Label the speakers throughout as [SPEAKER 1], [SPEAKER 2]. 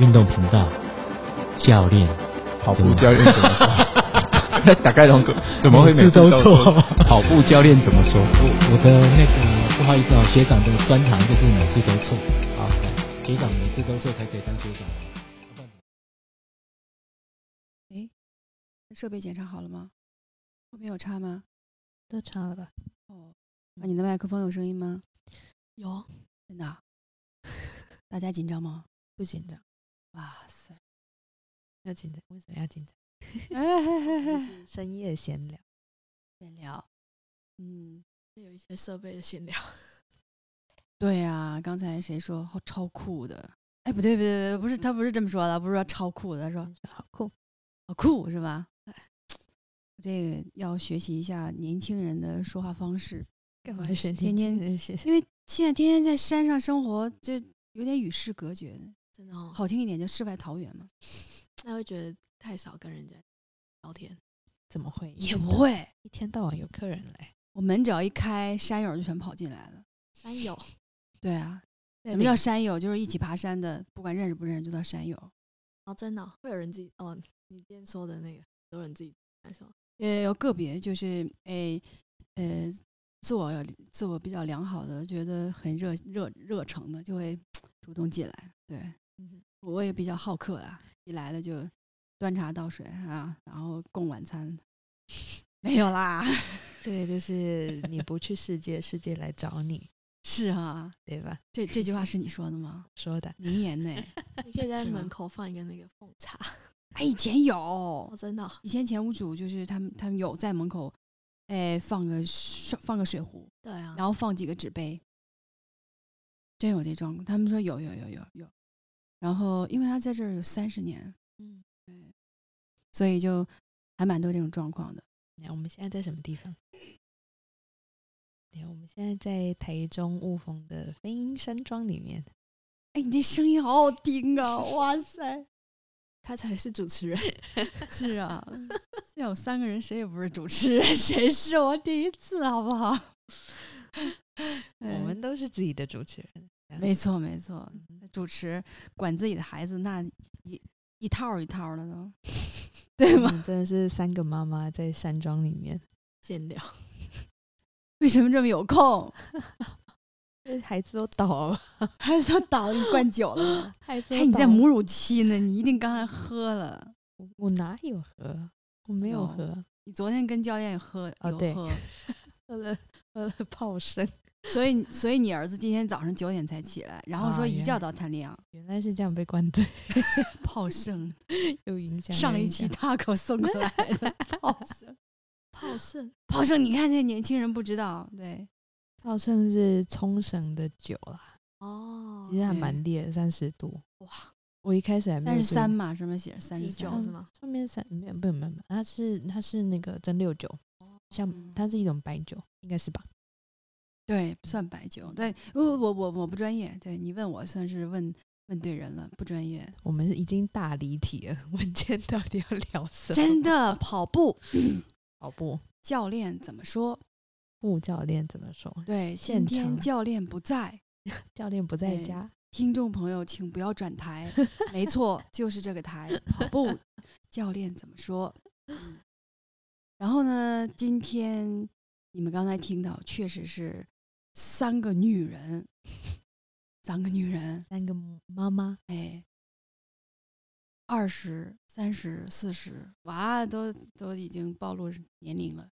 [SPEAKER 1] 运动频道，教练
[SPEAKER 2] 跑步教练怎么说？打开龙哥怎么会每
[SPEAKER 1] 每次都
[SPEAKER 2] 说
[SPEAKER 1] 错
[SPEAKER 2] 跑步教练怎么说？
[SPEAKER 1] 我 我的那个不好意思哦，学长的专长就是每次都错。好，学长每次都错才可以当学长。
[SPEAKER 3] 设备检查好了吗？后面有差吗？
[SPEAKER 4] 都差了吧？
[SPEAKER 3] 哦，啊，你的麦克风有声音吗？有，真的啊。 大家紧张吗？
[SPEAKER 4] 不紧张，
[SPEAKER 3] 哇塞！
[SPEAKER 4] 要紧张，为什么要紧张？
[SPEAKER 3] 哎嘿嘿
[SPEAKER 4] 就
[SPEAKER 3] 嘿，
[SPEAKER 4] 是深夜闲聊，
[SPEAKER 3] 闲聊。嗯，
[SPEAKER 5] 有一些设备的闲聊，
[SPEAKER 3] 对呀、刚才谁说好超酷的？哎，不对不对不对，不是他不是这么说的，不是说超酷的，他说
[SPEAKER 4] 感觉好酷。
[SPEAKER 3] 好酷是吧？我这个要学习一下年轻人的说话方式，
[SPEAKER 4] 干嘛是
[SPEAKER 3] 天天
[SPEAKER 4] 天是
[SPEAKER 3] 因为现在天天在山上生活，就有点与世隔绝的。
[SPEAKER 5] 真的哦，
[SPEAKER 3] 好听一点叫世外桃源嘛。
[SPEAKER 5] 那会觉得太少跟人家聊天，
[SPEAKER 4] 怎么会？
[SPEAKER 3] 也不，会，
[SPEAKER 4] 一天到晚有客人来。
[SPEAKER 3] 我门只要一开，山友就全跑进来了。
[SPEAKER 5] 山友
[SPEAKER 3] 对啊，
[SPEAKER 4] 在
[SPEAKER 3] 什么叫
[SPEAKER 4] 领
[SPEAKER 3] 山友？就是一起爬山的，不管认识不认识，就叫山友。
[SPEAKER 5] 哦，真的哦、会有人自己哦，你今天说的那个，很多人自己来说，
[SPEAKER 3] 也有呃个别就是诶呃，自我有自我比较良好的，觉得很热热热诚的，就会主动进来。对
[SPEAKER 5] 嗯
[SPEAKER 3] 我也比较好客啦，一来了就端茶倒水啊，然后供晚餐。 没有啦，
[SPEAKER 4] 这个就是你不去世界，世界来找你，
[SPEAKER 3] 是啊，
[SPEAKER 4] 对吧？
[SPEAKER 3] 这这句话是你说的吗？
[SPEAKER 4] 说的
[SPEAKER 3] 名言呢？
[SPEAKER 5] 哼，你可以在
[SPEAKER 3] 是吗
[SPEAKER 5] 门口放一个那个奉茶，
[SPEAKER 3] 哎，以前有
[SPEAKER 5] 哦，，真的哦，
[SPEAKER 3] 以前前屋主就是他们，他们有在门口，哎，放个水放个水壶，
[SPEAKER 5] 对啊，
[SPEAKER 3] 然后放几个纸杯，真有这状况。他们说有有有有有，然后因为他在这儿有三十年，
[SPEAKER 5] 嗯，
[SPEAKER 3] 对，所以就还蛮多这种状况的。
[SPEAKER 4] 你看我们现在在什么地方？你看我们现在在台中雾峰的飞鹰山庄里面，
[SPEAKER 3] 哎，你这声音好好听啊！ 哇塞，
[SPEAKER 5] 他才是主持人，
[SPEAKER 3] 是啊，现在有三个人，谁也不是主持人，谁是我第一次，好不好？
[SPEAKER 4] 我们都是自己的主持人。
[SPEAKER 3] 没错没错，
[SPEAKER 4] 嗯
[SPEAKER 3] 主持管自己的孩子，那一一套儿一套儿的 都，对
[SPEAKER 4] 我
[SPEAKER 3] 吗？
[SPEAKER 4] 们嗯真的是三个妈妈在山庄里面，
[SPEAKER 5] 闲聊，
[SPEAKER 3] 为什么这么有空？
[SPEAKER 4] 孩子都倒了，
[SPEAKER 3] 还是倒你灌酒了 吗？
[SPEAKER 4] 孩子都
[SPEAKER 3] 哎，你在
[SPEAKER 4] 倒了
[SPEAKER 3] 母乳期呢，你一定刚才喝了。
[SPEAKER 4] 我我哪有喝？我没有
[SPEAKER 3] 有
[SPEAKER 4] 喝，
[SPEAKER 3] 你昨天跟教练有喝
[SPEAKER 4] 哦
[SPEAKER 3] 有
[SPEAKER 4] 对
[SPEAKER 3] 喝，
[SPEAKER 4] 喝 了喝了炮声。
[SPEAKER 3] 所以所以你儿子今天早上九点才起来，然后
[SPEAKER 4] 啊
[SPEAKER 3] 说一
[SPEAKER 4] 原
[SPEAKER 3] 觉
[SPEAKER 4] 来
[SPEAKER 3] 到天亮，
[SPEAKER 4] 原来是这样被灌 醉，
[SPEAKER 3] 炮声。
[SPEAKER 4] 有影响。
[SPEAKER 3] 上
[SPEAKER 4] 有
[SPEAKER 3] 一
[SPEAKER 4] 影
[SPEAKER 3] 期
[SPEAKER 4] 响
[SPEAKER 3] 他给我送过来 的炮声，
[SPEAKER 5] 炮盛，
[SPEAKER 3] 炮声，你看这年轻人不知道，对，
[SPEAKER 4] 炮声是冲绳的酒啦，
[SPEAKER 5] 哦
[SPEAKER 4] 其，实还
[SPEAKER 3] 对
[SPEAKER 4] 蛮烈的，三十度。
[SPEAKER 5] 哇，
[SPEAKER 4] 我一开始还没
[SPEAKER 3] 三
[SPEAKER 4] 有
[SPEAKER 3] 十
[SPEAKER 4] 注
[SPEAKER 3] 三
[SPEAKER 4] 意，
[SPEAKER 3] 嘛，上面写着三十
[SPEAKER 5] 日久
[SPEAKER 3] 九，
[SPEAKER 5] 是吗？
[SPEAKER 4] 上面三没有没有没有，没有它是它是那个蒸馏酒，像
[SPEAKER 3] 嗯
[SPEAKER 4] 它是一种白酒，应该是吧？
[SPEAKER 3] 对，不算白酒。对，我我我我不专业，对你问我算是问问对人了，不专业。
[SPEAKER 4] 我们已经大离题了， 文件到底要聊什么？
[SPEAKER 3] 真的，跑步
[SPEAKER 4] 跑步
[SPEAKER 3] 教练怎么说？
[SPEAKER 4] 副教练怎么说？
[SPEAKER 3] 对，今
[SPEAKER 4] 现
[SPEAKER 3] 天
[SPEAKER 4] 场
[SPEAKER 3] 教练不在，
[SPEAKER 4] 教练不在
[SPEAKER 3] 哎
[SPEAKER 4] 家，
[SPEAKER 3] 听众朋友请不要转台。没错，就是这个台。跑步教练怎么说？嗯然后呢，今天你们刚才听到，确实是三个女人，三个女人，
[SPEAKER 4] 三个妈妈
[SPEAKER 3] 哎，二十三十四十，娃都都已经暴露年龄了。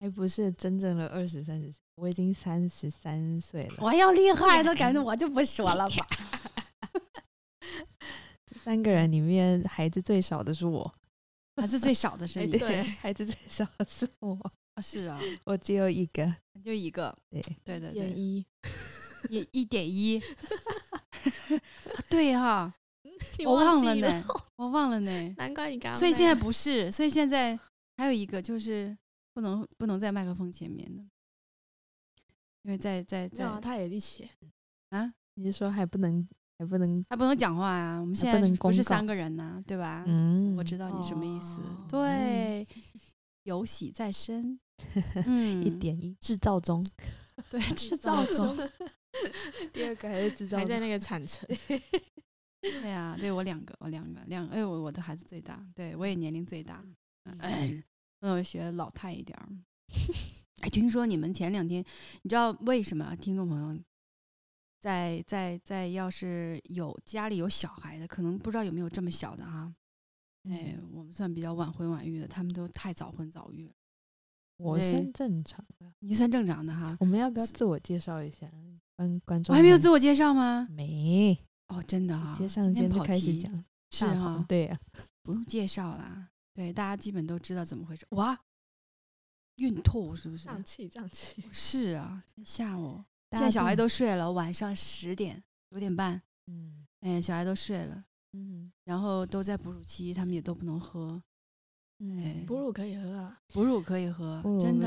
[SPEAKER 4] 还不是真正的二十三十，我已经三十三岁了。
[SPEAKER 3] 我要厉
[SPEAKER 4] 害的感觉
[SPEAKER 3] 我就不说了吧。
[SPEAKER 4] 这三个人里面，孩子最少的是我，
[SPEAKER 3] 还是啊最少的是
[SPEAKER 4] 哎
[SPEAKER 3] 你，
[SPEAKER 4] 对，孩子最少的是我，
[SPEAKER 3] 啊是啊，
[SPEAKER 4] 我只有一个。
[SPEAKER 3] 就一个，
[SPEAKER 4] 对，
[SPEAKER 3] 对对
[SPEAKER 5] 演
[SPEAKER 3] 对，
[SPEAKER 5] 一，
[SPEAKER 3] 一一点一， 对哈、
[SPEAKER 5] 你
[SPEAKER 3] 我忘了
[SPEAKER 5] 记
[SPEAKER 3] 呢，我忘了呢，
[SPEAKER 5] 难怪你刚刚
[SPEAKER 3] 所以
[SPEAKER 5] 那
[SPEAKER 3] 现在
[SPEAKER 5] 样
[SPEAKER 3] 不是，所以现在还有一个就是不能不能在麦克风前面的，因为在在
[SPEAKER 5] 没
[SPEAKER 3] 在
[SPEAKER 5] 有啊，他也一起，
[SPEAKER 3] 啊，
[SPEAKER 4] 你是说还不能，还不能？
[SPEAKER 3] 还不能讲话啊，我们现
[SPEAKER 4] 还不
[SPEAKER 3] 在
[SPEAKER 4] 能
[SPEAKER 3] 不是
[SPEAKER 4] 公告
[SPEAKER 3] 三个人呐、对吧？
[SPEAKER 4] 嗯，
[SPEAKER 3] 哦 我知道你什么意思。
[SPEAKER 5] 哦
[SPEAKER 3] 对，有喜在身， 嗯
[SPEAKER 4] 一点一制造中，
[SPEAKER 3] 对制造中，，
[SPEAKER 4] 第二个还是制造
[SPEAKER 5] 还
[SPEAKER 4] 中
[SPEAKER 5] 在那个 产程，
[SPEAKER 3] 对呀、对我两个，我两个两个，哎，我我的孩子最大，对我也年龄最大，嗯，那我学老态一点 儿。哎，听说你们前两天，你知道为什么啊听众朋友在在在要是有家里有小孩的，可能不知道有没有这么小的啊？哎，我们算比较晚婚晚育的，他们都太早婚早育了。
[SPEAKER 4] 我
[SPEAKER 3] 对
[SPEAKER 4] 算正常的。
[SPEAKER 3] 你算正常的哈，
[SPEAKER 4] 我们要不要自我介绍一下？观观
[SPEAKER 3] 我
[SPEAKER 4] 众
[SPEAKER 3] 还没有
[SPEAKER 4] 们
[SPEAKER 3] 自我介绍吗？
[SPEAKER 4] 没，
[SPEAKER 3] 哦，真的哈、
[SPEAKER 4] 接上
[SPEAKER 3] 今天
[SPEAKER 4] 就
[SPEAKER 3] 跑
[SPEAKER 4] 开始
[SPEAKER 3] 题
[SPEAKER 4] 讲，
[SPEAKER 3] 是
[SPEAKER 4] 大
[SPEAKER 3] 哈、
[SPEAKER 4] 跑对 啊呀，
[SPEAKER 3] 不用介绍啦，对，大家基本都知道怎么回事。哇，孕吐是不是？
[SPEAKER 5] 胀气胀气，
[SPEAKER 3] 是啊，下午
[SPEAKER 4] 大
[SPEAKER 3] 现在小孩
[SPEAKER 4] 地
[SPEAKER 3] 都睡了，晚上十点九点半，
[SPEAKER 4] 嗯
[SPEAKER 3] 哎，小孩都睡了，
[SPEAKER 4] 嗯
[SPEAKER 3] 然后都在哺乳期，他们也都不能喝，哎
[SPEAKER 4] 嗯，
[SPEAKER 5] 哺乳可以喝啊，
[SPEAKER 3] 哺乳可以喝
[SPEAKER 4] 哺，乳
[SPEAKER 3] 真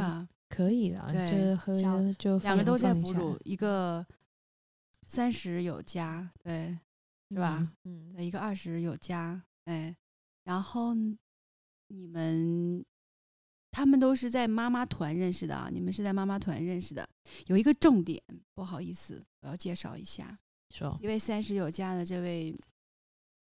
[SPEAKER 4] 可以
[SPEAKER 3] 的，
[SPEAKER 4] 可以啦，
[SPEAKER 3] 对
[SPEAKER 4] 就喝
[SPEAKER 5] 小
[SPEAKER 4] 就
[SPEAKER 3] 两个
[SPEAKER 4] 放
[SPEAKER 3] 都在
[SPEAKER 4] 放
[SPEAKER 3] 哺
[SPEAKER 4] 下
[SPEAKER 3] 乳，一个三十有加，对，是吧？
[SPEAKER 4] 嗯，嗯
[SPEAKER 3] 一个二十有加，哎，然后你们他们都是在妈妈团认识的啊，你们是在妈妈团认识的。有一个重点，不好意思，我要介绍一下，
[SPEAKER 4] 说
[SPEAKER 3] 一位三十有加的这位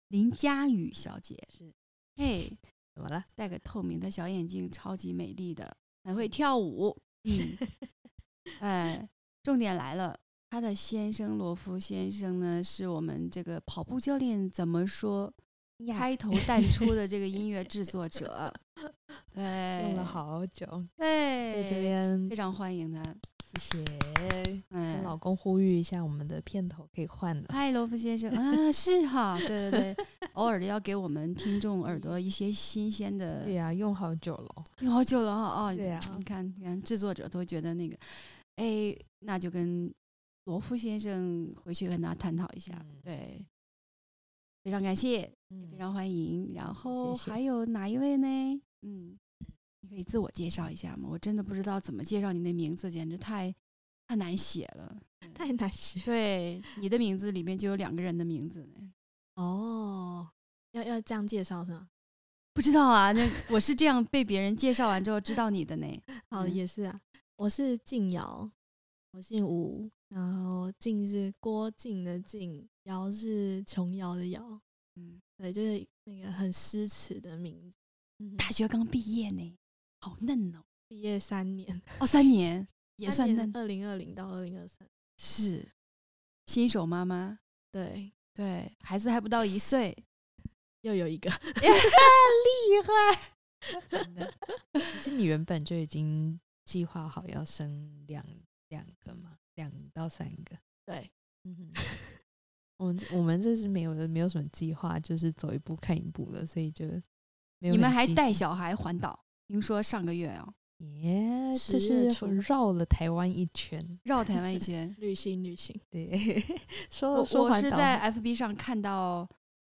[SPEAKER 3] 林佳雨小姐，
[SPEAKER 4] 是
[SPEAKER 3] 哎，
[SPEAKER 4] 怎么了？
[SPEAKER 3] 戴个透明的小眼镜，超级美丽的，还会跳舞。 嗯，哎，重点来了，她的先生罗夫先生呢，是我们这个跑步教练怎么说开 头淡出的这个音乐制作者。
[SPEAKER 5] 哎
[SPEAKER 3] 对，
[SPEAKER 4] 用了，好久，在
[SPEAKER 3] 对，
[SPEAKER 4] 这边
[SPEAKER 3] 非常欢迎他。
[SPEAKER 4] 谢谢。
[SPEAKER 3] 哎
[SPEAKER 4] 跟，
[SPEAKER 5] 嗯
[SPEAKER 4] 老公呼吁一下，我们的片头可以换了。
[SPEAKER 3] 嗨，罗夫先生啊，是哈，对对对，偶尔的要给我们听众耳朵一些新鲜的
[SPEAKER 4] 对呀、用好久了。
[SPEAKER 3] 用好久了哈哦，
[SPEAKER 4] 对呀
[SPEAKER 3] 你看，你看，制作者都觉得那个，哎，那就跟罗夫先生回去跟他探讨一下，
[SPEAKER 4] 嗯
[SPEAKER 3] 对，非常感谢，也非
[SPEAKER 4] 嗯，
[SPEAKER 3] 常欢迎。然后
[SPEAKER 4] 谢
[SPEAKER 3] 还有哪一位呢？嗯，你可以自我介绍一下吗？我真的不知道怎么介绍你的名字，简直太太难写了。
[SPEAKER 5] 太难写
[SPEAKER 3] 对，你的名字里面就有两个人的名字呢。
[SPEAKER 5] 哦。要要这样介绍是吗？
[SPEAKER 3] 不知道啊， 那我是这样被别人介绍完之后知道你的呢。
[SPEAKER 5] 好，
[SPEAKER 3] 嗯
[SPEAKER 5] 也是啊。我是静瑶，我姓吴，然后静是郭靖的靖，瑶是琼瑶的瑶，
[SPEAKER 3] 嗯，
[SPEAKER 5] 对，就是那个很诗词的名字。
[SPEAKER 4] 嗯
[SPEAKER 3] 大学刚毕业呢，好嫩哦。
[SPEAKER 5] 毕业三 年，
[SPEAKER 3] 哦，三 年也算嫩，
[SPEAKER 5] 二零二零到二零二三，
[SPEAKER 3] 是新手妈妈，
[SPEAKER 5] 对，
[SPEAKER 3] 对孩子还不到一岁，
[SPEAKER 5] 又有一个。
[SPEAKER 3] 厉
[SPEAKER 4] 真的。可是你原本就已经计划好要生两两个嘛，两到三个。
[SPEAKER 5] 对，
[SPEAKER 4] 嗯哼，我们这我们这是没有没有什么计划，就是走一步看一步的，所以就没有
[SPEAKER 3] 你们
[SPEAKER 4] 很
[SPEAKER 3] 还
[SPEAKER 4] 积
[SPEAKER 3] 带
[SPEAKER 4] 极
[SPEAKER 3] 小孩环岛，听说上个月哦，
[SPEAKER 4] 耶，
[SPEAKER 5] 十
[SPEAKER 4] 就
[SPEAKER 5] 月
[SPEAKER 4] 是
[SPEAKER 5] 初
[SPEAKER 4] 绕了台湾一圈。
[SPEAKER 3] 绕台湾一 圈。
[SPEAKER 5] 旅行旅行，
[SPEAKER 4] 对， 说
[SPEAKER 3] 我
[SPEAKER 4] 哦说
[SPEAKER 3] 我
[SPEAKER 4] 环
[SPEAKER 3] 是
[SPEAKER 4] 岛
[SPEAKER 3] 在 FB 上看到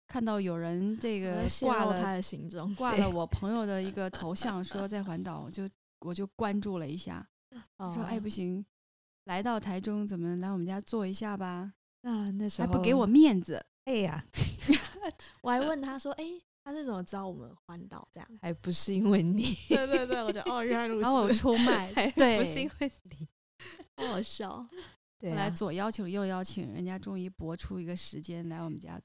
[SPEAKER 3] 看到有人这
[SPEAKER 5] 我
[SPEAKER 3] 个
[SPEAKER 5] 在泄
[SPEAKER 3] 挂
[SPEAKER 5] 露
[SPEAKER 3] 了
[SPEAKER 5] 他的行踪，
[SPEAKER 3] 挂
[SPEAKER 5] 对
[SPEAKER 3] 了我朋友的一个头像，说在环岛，我就我就关注了一下，我说哎
[SPEAKER 4] 哦
[SPEAKER 3] 不行，来到台中怎么来我们家坐一下吧，
[SPEAKER 4] 那那时
[SPEAKER 3] 还
[SPEAKER 4] 候
[SPEAKER 3] 不给我面 子，
[SPEAKER 4] 哎呀，
[SPEAKER 5] 我还问他说：“哎、他是怎么知道我们环岛这样
[SPEAKER 4] 还不是因为你，？”
[SPEAKER 5] 对对对，我觉得哦，原来 如
[SPEAKER 3] 然后我 出卖，
[SPEAKER 4] 还不是
[SPEAKER 3] 对
[SPEAKER 4] 因，为你，
[SPEAKER 5] 好好笑。
[SPEAKER 4] 对
[SPEAKER 3] 后来
[SPEAKER 4] 啊
[SPEAKER 3] 左邀请右邀请，人家终于拨出一个时间来我们家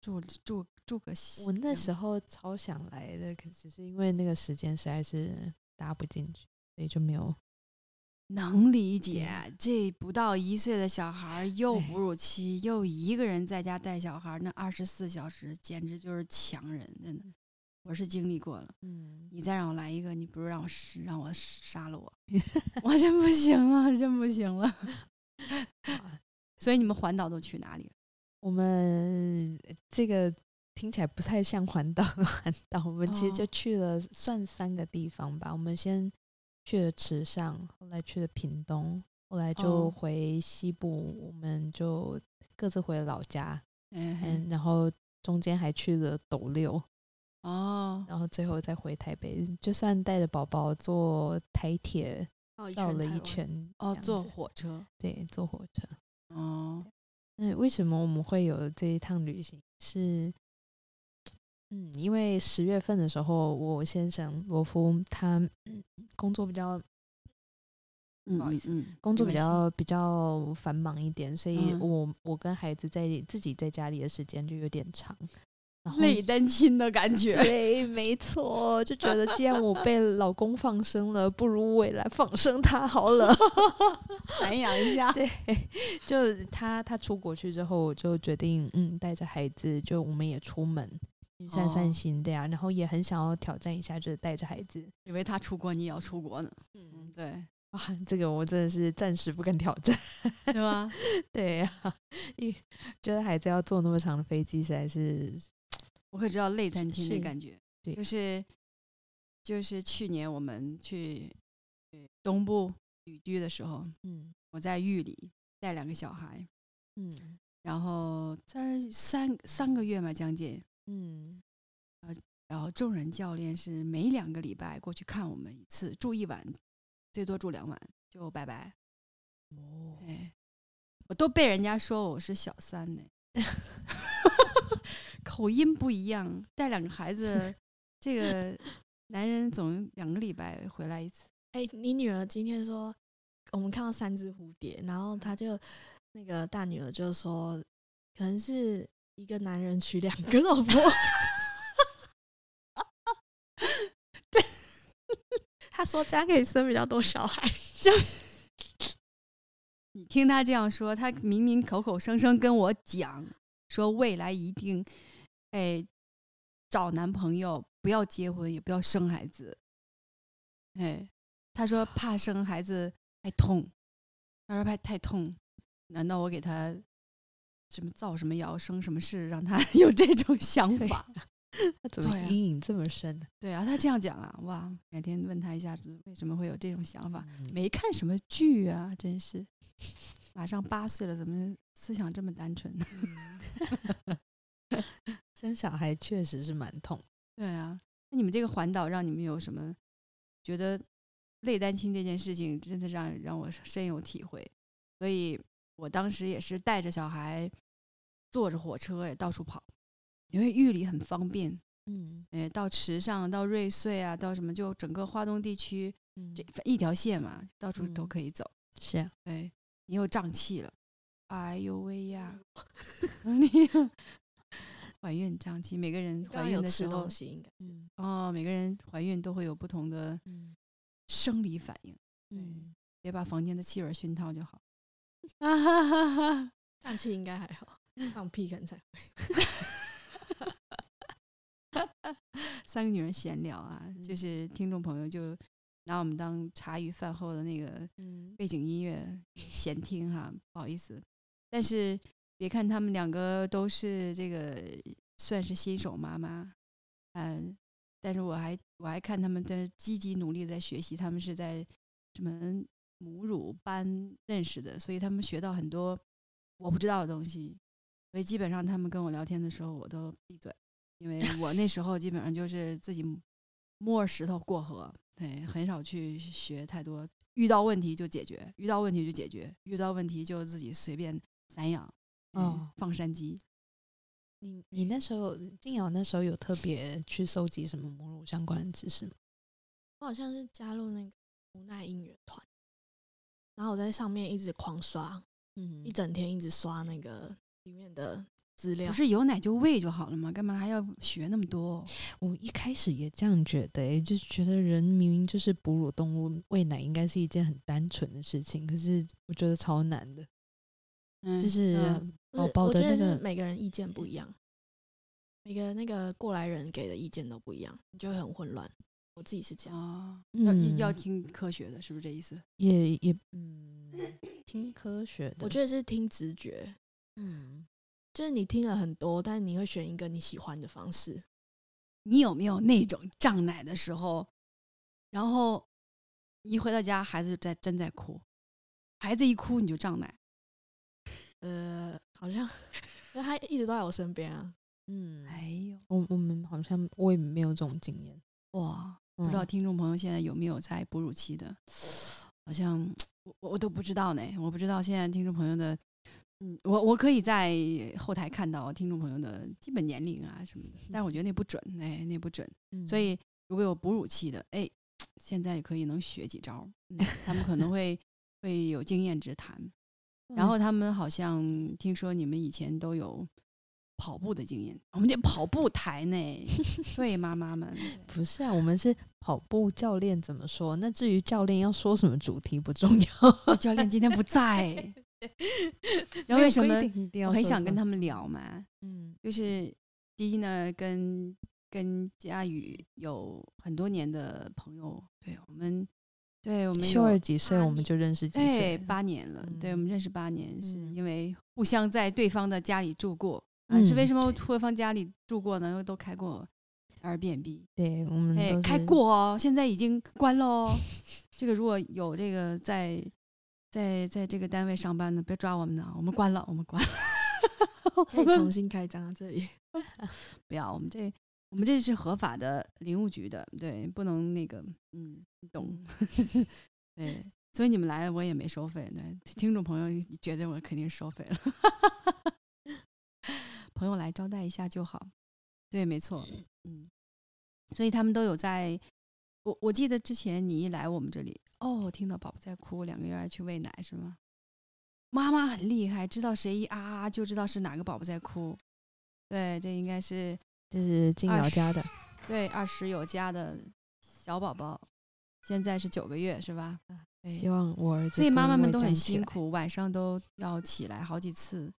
[SPEAKER 3] 住住住个西。
[SPEAKER 4] 我那时
[SPEAKER 3] 候
[SPEAKER 4] 候超想来的，可只是因为那个时间实在是搭不进去，所以就没有。
[SPEAKER 3] 能理解，这不到一岁的小孩儿又哺乳期，又一个人在家带小孩儿，那二十四小时简直就是强人，真的。我是经历过了，
[SPEAKER 4] 嗯，
[SPEAKER 3] 你再让我来一个，你不如让我杀让我杀了我， 我真不行了，真不行了。
[SPEAKER 4] 啊
[SPEAKER 3] 所以你们环岛都去哪里了？
[SPEAKER 4] 我们这个听起来不太像环岛的环岛，我们其实
[SPEAKER 3] 哦
[SPEAKER 4] 就去了算三个地方吧。我们先去了池上，后来去了屏东，后来就
[SPEAKER 3] 哦
[SPEAKER 4] 回西部，我们就各自回老家。
[SPEAKER 3] 嗯
[SPEAKER 4] 嗯
[SPEAKER 3] 哼，，
[SPEAKER 4] 然后中间还去了斗六，
[SPEAKER 3] 哦，
[SPEAKER 4] 然后最后再回台北，就算带着宝宝坐台铁
[SPEAKER 5] 绕一
[SPEAKER 4] 绕
[SPEAKER 5] 圈
[SPEAKER 4] 了哦一
[SPEAKER 5] 台湾，
[SPEAKER 4] 圈，
[SPEAKER 3] 哦，
[SPEAKER 4] 这样
[SPEAKER 3] 坐
[SPEAKER 4] 子
[SPEAKER 3] 火车，
[SPEAKER 4] 对坐火车。
[SPEAKER 3] 哦，
[SPEAKER 4] 那为什么我们会有这一趟旅行？是，嗯， 因为十月份的时候，我先生罗夫他嗯工作比较
[SPEAKER 3] 嗯
[SPEAKER 4] 不好意思
[SPEAKER 3] 嗯，嗯
[SPEAKER 4] 工作比
[SPEAKER 3] 没关系
[SPEAKER 4] 较比较繁忙一点，所以
[SPEAKER 3] 嗯
[SPEAKER 4] 我、我跟孩子在自己在家里的时间就有点长，然后
[SPEAKER 3] 累单亲的感 觉，
[SPEAKER 4] 对，没错，就觉得既然我被老公放生了，不如我也来放生他好了。
[SPEAKER 3] 涵养一下。
[SPEAKER 4] 对，就他他出国去之后，我就决定嗯带着孩子，就我们也出门去散
[SPEAKER 3] 哦
[SPEAKER 4] 散心，对啊，然后也很想要挑战一下，就是带着孩子。
[SPEAKER 3] 以为他出国，你也要出国呢。嗯，
[SPEAKER 4] 嗯，
[SPEAKER 3] 对，
[SPEAKER 4] 哇，这个我真的是暂时不敢挑战。
[SPEAKER 3] 是吗？
[SPEAKER 4] 对啊，因为觉得孩子要坐那么长的飞机，实在是
[SPEAKER 3] 我可知道累单亲的
[SPEAKER 4] 是
[SPEAKER 3] 感觉，
[SPEAKER 4] 对
[SPEAKER 3] 就是就是去年我们去去东部旅居的时候，
[SPEAKER 4] 嗯
[SPEAKER 3] 我在玉里带两个小孩，
[SPEAKER 4] 嗯
[SPEAKER 3] 然后在三三个月嘛将近，
[SPEAKER 4] 嗯
[SPEAKER 3] 然后众人教练是每两个礼拜过去看我们一次，住一晚，最多住两晚就拜拜。
[SPEAKER 4] 哦，
[SPEAKER 3] 哎，我都被人家说我是小三呢， 口音不一样，带两个孩子，这个男人总两个礼拜回来一次。
[SPEAKER 5] 哎、你女儿今天说，我们看到三只蝴蝶，然后她就那个大女儿就说，可能是一个男人娶两个老婆。 她说这样可以生比较多小孩。
[SPEAKER 3] 你听他这样说，他明明口口声声跟我讲说未来一定，哎，找男朋友不要结婚，也不要生孩子。哎，他说怕生孩子太痛，他说怕太痛。难道我给他什么造什么谣，生什么事，让他 有这种想
[SPEAKER 4] 对
[SPEAKER 3] 法？
[SPEAKER 4] 他怎么
[SPEAKER 3] 对啊
[SPEAKER 4] 阴影这么深呢？
[SPEAKER 3] 对啊，他这样讲啊，哇，改天问他一下子为什么会有这种想法。
[SPEAKER 4] 嗯
[SPEAKER 3] 没看什么剧啊，真是，马上八岁了，怎么思想这么单纯？
[SPEAKER 4] 生小孩确实是蛮痛。
[SPEAKER 3] 对啊，那你们这个环岛让你们有什么觉得累单亲这件事情，真的让让我深有体会。所以我当时也是带着小孩，坐着火车也到处跑，因为玉里很方便，
[SPEAKER 4] 嗯
[SPEAKER 3] 哎，到池上、到瑞穗啊，到什么就整个华东地区
[SPEAKER 4] 嗯
[SPEAKER 3] 这一条线嘛，到处都
[SPEAKER 4] 嗯
[SPEAKER 3] 可以走。
[SPEAKER 4] 是啊，
[SPEAKER 3] 哎，你又胀气了，哎呦喂呀！你又怀孕胀气，每个人
[SPEAKER 5] 刚
[SPEAKER 3] 怀
[SPEAKER 5] 刚有
[SPEAKER 3] 孕的
[SPEAKER 5] 吃
[SPEAKER 3] 时候
[SPEAKER 5] 东，西，应该
[SPEAKER 4] 嗯
[SPEAKER 3] 哦，每个人怀孕都会有不同的
[SPEAKER 4] 嗯
[SPEAKER 3] 生理反应，
[SPEAKER 4] 嗯，
[SPEAKER 3] 别把房间的气味熏陶就好。
[SPEAKER 4] 啊哈哈哈！
[SPEAKER 5] 胀气应该还好，放屁可能才
[SPEAKER 3] 三个女人闲聊啊，就是听众朋友就拿我们当茶余饭后的那个
[SPEAKER 4] 嗯
[SPEAKER 3] 背景音乐闲听哈，不好意思。但是别看她们两个都是这个算是新手妈妈，嗯、但是我还我还看她们在积极努力地在学习，她们是在什么母乳班认识的，所以她们学到很多我不知道的东西。所以基本上她们跟我聊天的时候，我都闭嘴，因 为我那时候基本上就是自己摸着石头过河，对，很少去学太多遇到问题就解决，遇到问题就解决，遇到问题就自己随便散养，嗯
[SPEAKER 4] 哦
[SPEAKER 3] 放山鸡。
[SPEAKER 4] 你你那时候静瑶那时候有特别去搜集什么母乳相关的知识吗？
[SPEAKER 5] 我好像是加入那个无奈音乐团，然后我在上面一直狂刷，
[SPEAKER 4] 嗯
[SPEAKER 5] 一整天一直刷那个里面的资料
[SPEAKER 3] 不。是有奶就喂就好了吗？干嘛还要学那么多？
[SPEAKER 4] 我一开始也这样觉得、欸，就是觉得人明明就是哺乳动物，喂奶应该是一件很单纯的事情，可是我觉得超难的，
[SPEAKER 3] 嗯
[SPEAKER 4] 就是
[SPEAKER 3] 嗯
[SPEAKER 5] 不
[SPEAKER 4] 宝
[SPEAKER 5] 是
[SPEAKER 4] 宝
[SPEAKER 5] 我
[SPEAKER 4] 哦的
[SPEAKER 5] 觉
[SPEAKER 4] 那
[SPEAKER 5] 得是
[SPEAKER 4] 个
[SPEAKER 5] 每个人意见不一样，每个那个过来人给的意见都不一样，你就会很混乱。我自己是这样，
[SPEAKER 3] 哦，要
[SPEAKER 4] 嗯
[SPEAKER 3] 要听科学的，是不是这意思？
[SPEAKER 4] 也也嗯，听科学的，
[SPEAKER 5] 我觉得是听直觉，
[SPEAKER 4] 嗯，
[SPEAKER 5] 就是你听了很多，但你会选一个你喜欢的方式。
[SPEAKER 3] 你有没有那种胀奶的时候，然后一回到家，孩子就在真在哭，孩子一哭你就胀奶，
[SPEAKER 5] 呃，好像因为他一直都在我身边 啊，
[SPEAKER 4] 嗯，
[SPEAKER 3] 哎呦
[SPEAKER 4] 我我们好像我也没有这种经验，
[SPEAKER 3] 哇！不知道
[SPEAKER 4] 嗯
[SPEAKER 3] 听众朋友现在有没有在哺乳期的，好像我我我都不知道呢，我不知道现在听众朋友的，嗯，我我可以在后台看到听众朋友的基本年龄啊什么的，但我觉得那不准，哎，那不准。
[SPEAKER 4] 嗯
[SPEAKER 3] 所以如果有哺乳期的，哎，现在也可以能学几招，嗯他们可能会会有经验之谈。
[SPEAKER 4] 嗯
[SPEAKER 3] 然后他们好像听说你们以前都有跑步的经验，我们这跑步台呢，对妈妈 们，
[SPEAKER 4] 不是啊，我们是跑步教练怎么说？那至于教练要说什么主题不重 要。
[SPEAKER 3] 哦教练今天不 在，然
[SPEAKER 4] 没
[SPEAKER 3] 后
[SPEAKER 4] 有
[SPEAKER 3] 为什
[SPEAKER 4] 规
[SPEAKER 3] 么
[SPEAKER 4] 定一定要
[SPEAKER 3] 我很
[SPEAKER 4] 说
[SPEAKER 3] 想
[SPEAKER 4] 什
[SPEAKER 3] 跟
[SPEAKER 4] 么
[SPEAKER 3] 他们聊嘛？
[SPEAKER 4] 嗯
[SPEAKER 3] 就是第一呢，跟跟佳宇有很多年的朋友，对我们，对我们
[SPEAKER 4] 秀
[SPEAKER 3] 有啊
[SPEAKER 4] 儿几岁
[SPEAKER 5] 八
[SPEAKER 4] 我们
[SPEAKER 5] 年
[SPEAKER 4] 就认识几
[SPEAKER 3] 对
[SPEAKER 4] 岁，
[SPEAKER 3] 八年了，对我们认识八年，是
[SPEAKER 4] 嗯
[SPEAKER 3] 因为互相在对方的家里住过，啊，是为
[SPEAKER 4] 嗯
[SPEAKER 3] 什么对方家里住过呢？因为都开过 Airbnb，
[SPEAKER 4] 对我们
[SPEAKER 3] 哎
[SPEAKER 4] 嗯都，
[SPEAKER 3] 开
[SPEAKER 4] 是
[SPEAKER 3] 过哦，现在已经关了哦。 这个如果有这个在在在这个单位上班的，别抓我们呢，我们关了，我们关了，
[SPEAKER 5] 可以重新开张啊，这里
[SPEAKER 3] 不要，我们这我们这是合法的林务局的，对，不能那个，嗯，你懂， 对。所以你们来我也没收费，对，听众朋友觉得我肯定收费了， 朋友来招待一下就好，对，没错，嗯，所以他们都有在，我我记得之前你一来我们这里，哦，听到宝宝在哭，两个月儿去喂奶是吗？妈妈很厉害，知道谁一啊啊啊就知道是哪个宝宝在哭，对，这应该是
[SPEAKER 4] 就是静
[SPEAKER 3] 二
[SPEAKER 4] 瑶家的，
[SPEAKER 3] 对二十有加的小宝宝，现在是九个月是吧？对
[SPEAKER 4] 希望我儿子
[SPEAKER 3] 所以
[SPEAKER 4] 不
[SPEAKER 3] 妈
[SPEAKER 4] 啊因
[SPEAKER 3] 妈们
[SPEAKER 4] 为
[SPEAKER 3] 都
[SPEAKER 4] 这
[SPEAKER 3] 很
[SPEAKER 4] 样起
[SPEAKER 3] 辛
[SPEAKER 4] 来
[SPEAKER 3] 苦，晚上都要起来好几次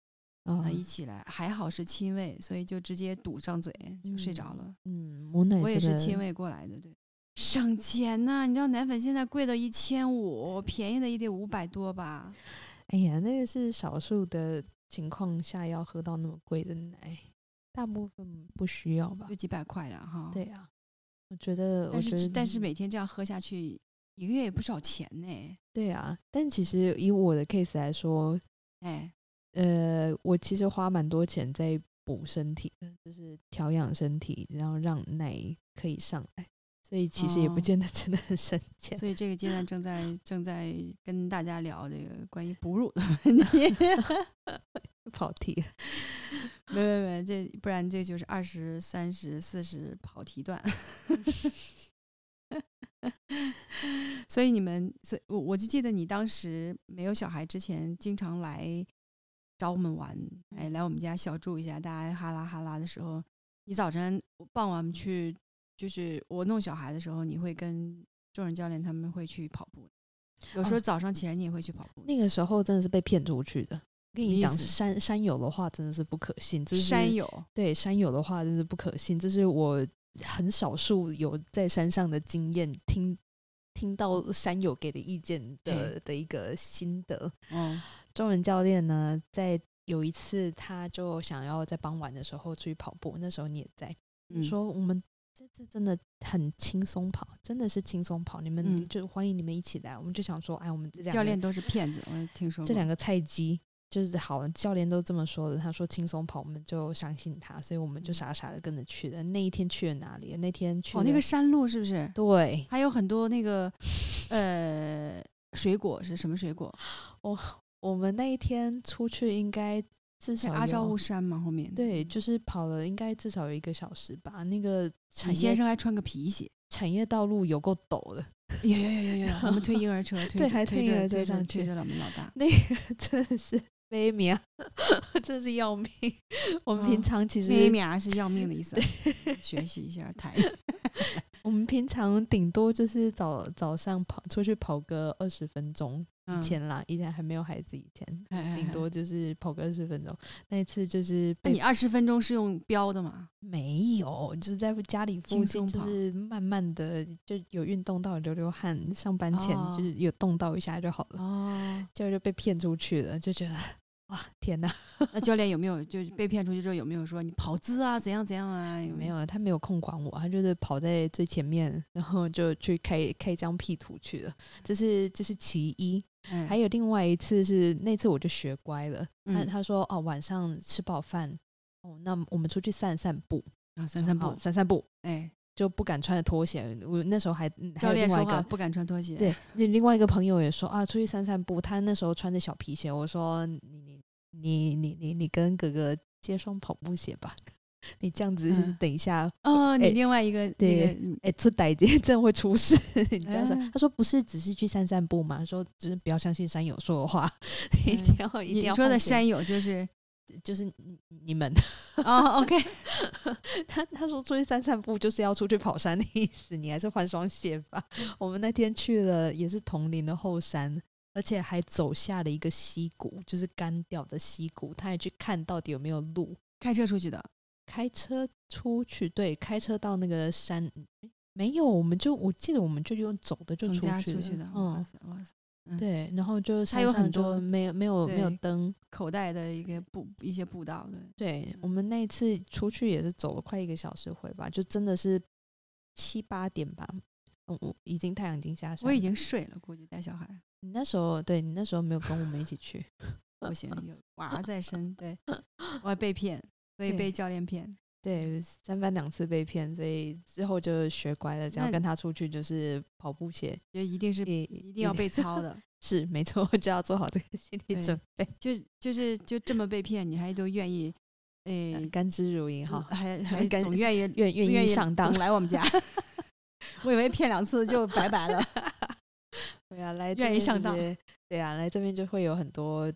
[SPEAKER 4] 啊
[SPEAKER 3] 啊，一起来。还好是亲喂，所以就直接堵上嘴就睡着了。
[SPEAKER 4] 嗯，母奶
[SPEAKER 3] 我也
[SPEAKER 4] 真
[SPEAKER 3] 是
[SPEAKER 4] 的
[SPEAKER 3] 亲喂过来的，对，省钱呐、你知道奶粉现在贵到一千五，便宜的也得五百多吧？
[SPEAKER 4] 哎呀，那个是少数的情况下要喝到那么贵的奶，大部分不需要吧
[SPEAKER 3] 就？几百块了哈。，
[SPEAKER 4] 对啊，我觉得，我
[SPEAKER 3] 但
[SPEAKER 4] 觉
[SPEAKER 3] 是
[SPEAKER 4] 得，
[SPEAKER 3] 但是每天这样喝下去，一个月也不少钱呢。
[SPEAKER 4] 对啊，但其实以我的 case 来说，
[SPEAKER 3] 哎，
[SPEAKER 4] 呃，我其实花蛮多钱在补身体的，就是调养身体，然后让奶可以上来，所以其实也
[SPEAKER 3] 哦
[SPEAKER 4] 不见得真的很省钱。
[SPEAKER 3] 所以这个阶段正在正在跟大家聊这个关于哺乳的问题。
[SPEAKER 4] 跑题了，
[SPEAKER 3] 没没没，这不然这就是二十三十四十跑题段。 所以你们，所以我我就记得你当时没有小孩之前，经常来找我们玩，哎，来我们家小住一下，大家哈拉哈拉的时候，你早晨傍晚去，就是我弄小孩的时候，你会跟众人教练他们会去跑步，有时候
[SPEAKER 4] 哦
[SPEAKER 3] 早上起来你也会去跑步。
[SPEAKER 4] 那个时候真的是被骗出去的。跟你
[SPEAKER 3] 什么
[SPEAKER 4] 讲，
[SPEAKER 3] 意思
[SPEAKER 4] 山山友的话真的是不可信，这是
[SPEAKER 3] 山友，
[SPEAKER 4] 对山友的话真是不可信，这是我很少数有在山上的经验，听听到山友给的意见的、的一个心得。
[SPEAKER 3] 嗯，
[SPEAKER 4] 中文教练呢，在有一次他就想要在傍晚的时候出去跑步，那时候你也在，
[SPEAKER 3] 嗯
[SPEAKER 4] 说我们这次真的很轻松跑，真的是轻松跑，你们、
[SPEAKER 3] 嗯
[SPEAKER 4] 就欢迎你们一起来，我们就想说，哎，我们这两
[SPEAKER 3] 教
[SPEAKER 4] 个
[SPEAKER 3] 练都是骗子，我也听说过
[SPEAKER 4] 这两个菜鸡就是好，教练都这么说的。他说轻松跑，我们就相信他，所以我们就傻傻的跟着去了。那一天去了哪里？啊那天
[SPEAKER 3] 嗯
[SPEAKER 4] 去
[SPEAKER 3] 哦，那
[SPEAKER 4] 了
[SPEAKER 3] 个山路是不是？
[SPEAKER 4] 对，
[SPEAKER 3] 还有很多那个呃水果是什么水果？
[SPEAKER 4] 我们那一天出去应该至
[SPEAKER 3] 是
[SPEAKER 4] 少
[SPEAKER 3] 阿
[SPEAKER 4] 有
[SPEAKER 3] 照雾山吗？后面嗯
[SPEAKER 4] 对，就是跑了应该至少有一个小时吧。那个
[SPEAKER 3] 李
[SPEAKER 4] 产业
[SPEAKER 3] 先生还穿个皮鞋，
[SPEAKER 4] 产业道路有够陡的，
[SPEAKER 3] 有有有有有， 我们推婴儿车，推
[SPEAKER 4] 对
[SPEAKER 3] 着
[SPEAKER 4] 还
[SPEAKER 3] 推
[SPEAKER 4] 推婴
[SPEAKER 3] 着
[SPEAKER 4] 儿车
[SPEAKER 3] 推着
[SPEAKER 4] 上
[SPEAKER 3] 推
[SPEAKER 4] 去
[SPEAKER 3] 着我们老 大。
[SPEAKER 4] 真的是悲悯啊， 真是要命。 我们平
[SPEAKER 3] 嗯
[SPEAKER 4] 常其实、
[SPEAKER 3] 那一秒是要命的意思啊，学习一下台语。
[SPEAKER 4] 我们平常顶多就是早早上跑出去跑个二十分钟， 以
[SPEAKER 3] 嗯
[SPEAKER 4] 前啦，以前还没有孩子以 前，
[SPEAKER 3] 哎哎
[SPEAKER 4] 顶
[SPEAKER 3] 哎
[SPEAKER 4] 多就是跑个二十分钟。那一次就是
[SPEAKER 3] 那
[SPEAKER 4] 被、
[SPEAKER 3] 你二十分钟是用标的吗？
[SPEAKER 4] 没有，就是在家里
[SPEAKER 3] 轻
[SPEAKER 4] 附近，
[SPEAKER 3] 松
[SPEAKER 4] 就
[SPEAKER 3] 跑
[SPEAKER 4] 是慢慢的就有运动到流流汗，上班前
[SPEAKER 3] 哦
[SPEAKER 4] 就是有动到一下就好了，
[SPEAKER 3] 哦，
[SPEAKER 4] 结果就被骗出去了，就觉得哇天哪，
[SPEAKER 3] 那教练有没有就是被骗出去之后有没有说你跑姿啊怎样怎样啊？有
[SPEAKER 4] 没？有他没有空管我，他就是跑在最前面，然后就去开开一张 P 图去了，这是这是其一。
[SPEAKER 3] 哎
[SPEAKER 4] 还有另外一次是那次我就学乖了，他
[SPEAKER 3] 嗯
[SPEAKER 4] 他说哦晚上吃饱饭哦，那我们出去散散步，
[SPEAKER 3] 啊散散步
[SPEAKER 4] 哦，散散步
[SPEAKER 3] 哎，
[SPEAKER 4] 就不敢穿着拖鞋。我那时候还、嗯、还
[SPEAKER 3] 教
[SPEAKER 4] 有
[SPEAKER 3] 练
[SPEAKER 4] 另外
[SPEAKER 3] 说
[SPEAKER 4] 一
[SPEAKER 3] 话
[SPEAKER 4] 个
[SPEAKER 3] 不敢穿拖鞋。
[SPEAKER 4] 对，另另外一个朋友也说啊，出去散散步。他那时候穿着小皮鞋，我说你你你你你你跟哥哥借双跑步鞋吧。 你这样子
[SPEAKER 3] 嗯
[SPEAKER 4] 等一下，
[SPEAKER 3] 哦，你
[SPEAKER 4] 哎
[SPEAKER 3] 另外一个
[SPEAKER 4] 对
[SPEAKER 3] 那个
[SPEAKER 4] 哎、出歹姐 真的会出事。你不要说
[SPEAKER 3] 嗯，
[SPEAKER 4] 他说不是只是去散散步嘛，说就是不要相信山友说的话， 你一
[SPEAKER 3] 嗯
[SPEAKER 4] 定要一定
[SPEAKER 3] 你
[SPEAKER 4] 要
[SPEAKER 3] 说的
[SPEAKER 4] 换成
[SPEAKER 3] 山友 就是
[SPEAKER 4] 就是你你们。
[SPEAKER 3] 哦，OK，
[SPEAKER 4] 他他说出去散散步就是要出去跑山的意思，你还是换双鞋吧。我们那天去了也是铜陵的后山，而且还走下了一个溪谷，就是干掉的溪谷，他还去看到底有没有路。
[SPEAKER 3] 开车出去的，
[SPEAKER 4] 开车出去，对，开车到那个山，诶没有，我们就我记得我们就用走的就
[SPEAKER 3] 从
[SPEAKER 4] 出
[SPEAKER 3] 家
[SPEAKER 4] 去
[SPEAKER 3] 出
[SPEAKER 4] 了，
[SPEAKER 3] 去的，哇
[SPEAKER 4] 嗯，
[SPEAKER 3] 塞哇塞，
[SPEAKER 4] 对，然后就
[SPEAKER 3] 它有
[SPEAKER 4] 山上
[SPEAKER 3] 很
[SPEAKER 4] 就
[SPEAKER 3] 多
[SPEAKER 4] 没有没有没有
[SPEAKER 3] 对
[SPEAKER 4] 灯，
[SPEAKER 3] 口袋的一个步一些步道，对，
[SPEAKER 4] 对我们那一次出去也是走了快一个小时回吧，就真的是七八点吧，嗯，我已经太阳已经下山。
[SPEAKER 3] 我已，经睡了，估计带 小孩
[SPEAKER 4] 你那时候对你那时候没有跟我们一起去，
[SPEAKER 3] 不行，有娃儿在身，对我还被骗，所以
[SPEAKER 4] 对
[SPEAKER 3] 被教练骗，
[SPEAKER 4] 对，三番两次被骗，所以之后就学乖了，只要
[SPEAKER 3] 那
[SPEAKER 4] 跟他出去就是跑步鞋，
[SPEAKER 3] 就一定是
[SPEAKER 4] 也
[SPEAKER 3] 一定要被操 的，
[SPEAKER 4] 是没错，就要做好这个心理
[SPEAKER 3] 对
[SPEAKER 4] 准备，
[SPEAKER 3] 就就是就这么被骗，你还都愿意，
[SPEAKER 4] 嗯
[SPEAKER 3] 诶，
[SPEAKER 4] 甘之如饴哈，
[SPEAKER 3] 还还
[SPEAKER 4] 感
[SPEAKER 3] 总愿意
[SPEAKER 4] 愿愿
[SPEAKER 3] 愿
[SPEAKER 4] 意
[SPEAKER 3] 意
[SPEAKER 4] 上当
[SPEAKER 3] 总，来我 们家。 我以为骗两次就 白白了，
[SPEAKER 4] 对啊，来这
[SPEAKER 3] 愿意
[SPEAKER 4] 边
[SPEAKER 3] 上
[SPEAKER 4] 就
[SPEAKER 3] 当
[SPEAKER 4] 是，对啊，来这边就会有很多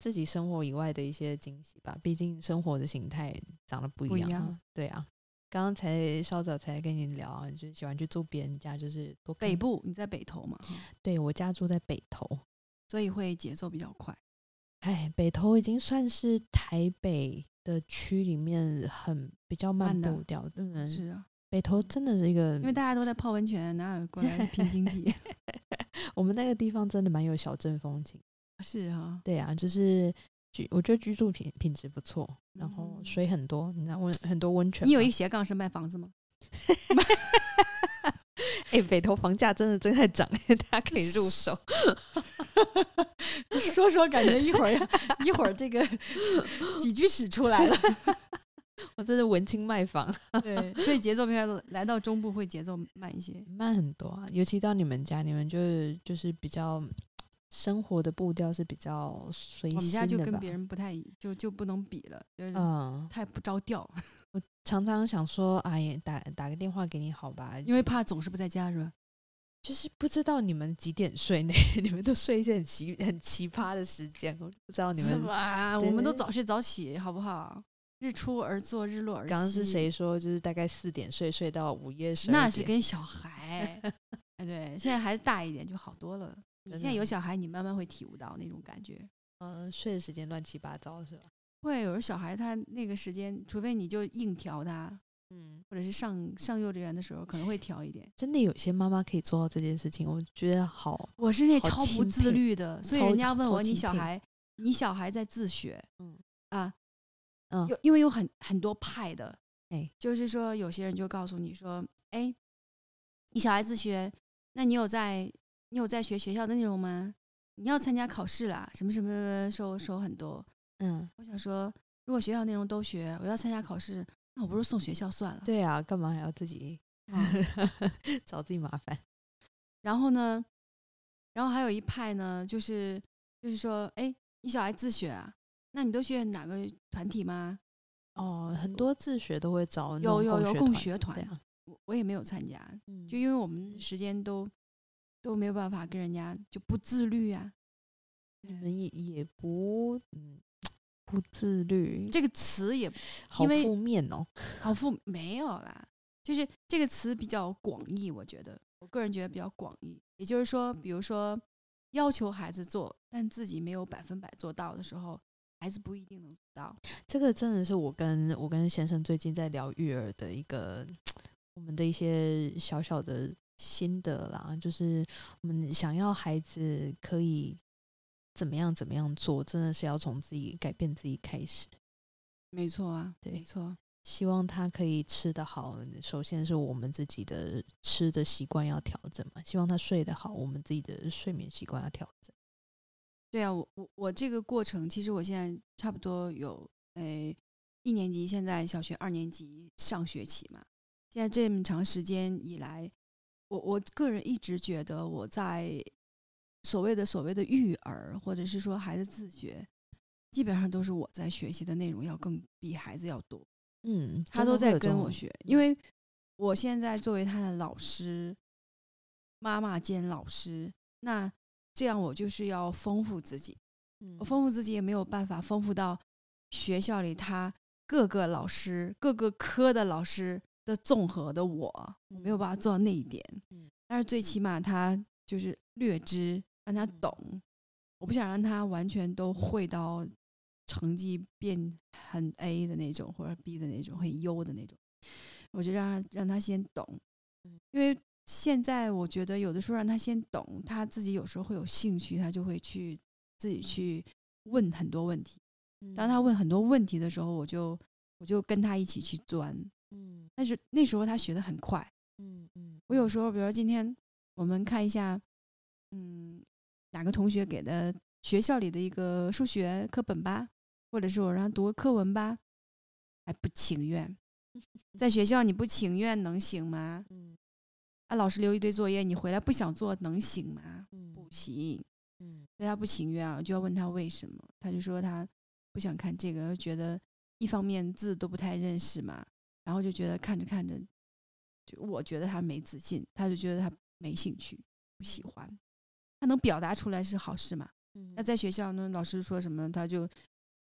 [SPEAKER 4] 自己生活以外的一些惊喜吧。毕竟生活的形态长得不一
[SPEAKER 3] 不一
[SPEAKER 4] 样啊，
[SPEAKER 3] 样
[SPEAKER 4] 对啊。刚刚才稍早才跟你聊啊，就是喜欢去住别人家，就是多看
[SPEAKER 3] 北。部你在北投嘛，
[SPEAKER 4] 对我家住在北投，
[SPEAKER 3] 所以会节奏比较快。
[SPEAKER 4] 哎，北投已经算是台北的区里面很比较慢
[SPEAKER 3] 慢的
[SPEAKER 4] 步调，嗯，
[SPEAKER 3] 是啊，
[SPEAKER 4] 北投真的是一个，
[SPEAKER 3] 因为大家都在泡温泉，哪有过 来拼经济？
[SPEAKER 4] 我们那个地方真的蛮有小镇风情。
[SPEAKER 3] 是哈，
[SPEAKER 4] 对啊，就是居，我觉得居住品品质不错，然后
[SPEAKER 3] 嗯
[SPEAKER 4] 水很多，你知道温很多温泉嘛。
[SPEAKER 3] 你有一个斜杠是卖房子吗？
[SPEAKER 4] 哎、北投房价真的正在涨， 大家可以入 手。
[SPEAKER 3] 说说，感觉一会儿 一会儿这个几句屎出来了。
[SPEAKER 4] 我这是文青卖房，
[SPEAKER 3] 对，所以节奏片来到中部会节奏慢一些。
[SPEAKER 4] 慢很多啊。尤其到你们家，你们就是就是比较生活的步调是比较随
[SPEAKER 3] 我们
[SPEAKER 4] 心
[SPEAKER 3] 家就
[SPEAKER 4] 的
[SPEAKER 3] 跟
[SPEAKER 4] 吧
[SPEAKER 3] 别人不太一就就不能比了，就是
[SPEAKER 4] 嗯，
[SPEAKER 3] 太不着调，
[SPEAKER 4] 常常想说，哎呀，打打个电话给你好吧，
[SPEAKER 3] 因为怕总是不在家是吧？
[SPEAKER 4] 就是不知道你们几点睡呢？ 你们都睡一些很奇很奇葩的时间，我就不知道你
[SPEAKER 3] 是
[SPEAKER 4] 们
[SPEAKER 3] 吧？
[SPEAKER 4] 对
[SPEAKER 3] 我们都早睡早起，好不好？日出而作，日落而息。
[SPEAKER 4] 刚刚是谁？说就是大概四点睡睡到午夜十二
[SPEAKER 3] 那是
[SPEAKER 4] 点
[SPEAKER 3] 跟小 孩，哎，对，现在孩子大一点就好多了。你
[SPEAKER 4] 真
[SPEAKER 3] 现在
[SPEAKER 4] 的
[SPEAKER 3] 有小孩，你慢慢会体悟到那种感觉。
[SPEAKER 4] 嗯睡的时间乱七八糟是吧？
[SPEAKER 3] 会有时候小孩他那个时间，除非你就硬调他，
[SPEAKER 4] 嗯，
[SPEAKER 3] 或者是上上幼稚园的时候可能会调一点。
[SPEAKER 4] 真的有些妈妈可以做到这件事情，我觉得好，
[SPEAKER 3] 我是那
[SPEAKER 4] 好
[SPEAKER 3] 超不
[SPEAKER 4] 钦
[SPEAKER 3] 自
[SPEAKER 4] 佩
[SPEAKER 3] 律的，所以人
[SPEAKER 4] 超
[SPEAKER 3] 家问
[SPEAKER 4] 超
[SPEAKER 3] 我你
[SPEAKER 4] 钦
[SPEAKER 3] 小
[SPEAKER 4] 佩
[SPEAKER 3] 孩，你小孩在自学，
[SPEAKER 4] 嗯
[SPEAKER 3] 啊，
[SPEAKER 4] 嗯
[SPEAKER 3] 有因为有很很多派的，
[SPEAKER 4] 哎
[SPEAKER 3] 就是说有些人就告诉你说，哎，你小孩自学，那你有在你有在学学校的内容吗？你要参加考试啦，什么什么什么收收很多。
[SPEAKER 4] 嗯，
[SPEAKER 3] 我想说，如果学校内容都学，我要参加考试，那我不如送学校算了。
[SPEAKER 4] 对啊，干嘛还要自己
[SPEAKER 3] 啊
[SPEAKER 4] 找自己麻烦？
[SPEAKER 3] 然后呢，然后还有一派呢，就是就是说，哎，你小孩自学啊，那你都学哪个团体吗？
[SPEAKER 4] 哦，很多自学都会找那
[SPEAKER 3] 有
[SPEAKER 4] 种
[SPEAKER 3] 有有
[SPEAKER 4] 共
[SPEAKER 3] 共学团
[SPEAKER 4] 对，啊，
[SPEAKER 3] 我我也没有参加，
[SPEAKER 4] 嗯
[SPEAKER 3] 就因为我们时间都都没有办法跟人家就不自律啊。
[SPEAKER 4] 你
[SPEAKER 3] 嗯
[SPEAKER 4] 们也也不嗯不自律，
[SPEAKER 3] 这个词也
[SPEAKER 4] 好
[SPEAKER 3] 因为
[SPEAKER 4] 负面哦。
[SPEAKER 3] 好负没有啦，就是这个词比较广义，我觉得我个人觉得比较广义，也就是说，比如说要求孩子做，但自己没有百分百做到的时候，孩子不一定能做到。
[SPEAKER 4] 这个真的是我跟我跟先生最近在聊育儿的一个我们的一些小小的心得啦，就是我们想要孩子可以怎么样怎么样做，真的是要从自己改变自己开始。
[SPEAKER 3] 没错啊，
[SPEAKER 4] 对
[SPEAKER 3] 没错。
[SPEAKER 4] 希望他可以吃得好，首先是我们自己的吃的习惯要调整嘛。希望他睡得好，我们自己的睡眠习惯要调整。
[SPEAKER 3] 对啊，我我我这个过程，其实我现在差不多有诶、一年级，现在小学二年级上学期嘛，现在这么长时间以来，我我个人一直觉得我在所谓的所谓的育儿，或者是说孩子自学，基本上都是我在学习的内容要更比孩子要多。
[SPEAKER 4] 嗯，
[SPEAKER 3] 他
[SPEAKER 4] 真
[SPEAKER 3] 都
[SPEAKER 4] 的会
[SPEAKER 3] 在
[SPEAKER 4] 有这
[SPEAKER 3] 跟
[SPEAKER 4] 种嗯
[SPEAKER 3] 我学，因为我现在作为他的老师，妈妈兼老师，那这样我就是要丰富自己，
[SPEAKER 4] 嗯
[SPEAKER 3] 我丰富自己也没有办法丰富到学校里他各个老师、各个科的老师的综合的我，我没有办法做到那一点
[SPEAKER 4] 嗯。嗯
[SPEAKER 3] 但是最起码他就是略知，让他懂。我不想让他完全都会到成绩变很 A 的那种，或者 B 的那种，很优的那种。我就让他让他先懂，
[SPEAKER 4] 嗯
[SPEAKER 3] 因为现在我觉得有的时候让他先懂，他自己有时候会有兴趣，他就会去自
[SPEAKER 4] 嗯
[SPEAKER 3] 己去问很多问题。
[SPEAKER 5] 嗯
[SPEAKER 3] 当他问很多问题的时候，我就我就跟他一起去钻。
[SPEAKER 4] 嗯
[SPEAKER 3] 但是那时候他学得很快。
[SPEAKER 4] 嗯嗯，
[SPEAKER 3] 我有时候，比如说今天我们看一下，嗯，哪个同学给的学校里的一个数学课本吧，或者是我让他读个课文吧，还不情愿。在学校你不情愿能行吗？
[SPEAKER 4] 嗯
[SPEAKER 3] 啊，老师留一堆作业，你回来不想做能行吗？
[SPEAKER 4] 嗯
[SPEAKER 3] 不行，
[SPEAKER 4] 嗯
[SPEAKER 3] 所以他不情愿啊，我就要问他为什么，他就说他不想看这个，觉得一方面字都不太认识嘛，然后就觉得看着看着，就我觉得他没自信，他就觉得他没兴趣，不喜欢。他能表达出来是好事嘛？
[SPEAKER 4] 嗯
[SPEAKER 3] 那在学校呢，老师说什么他就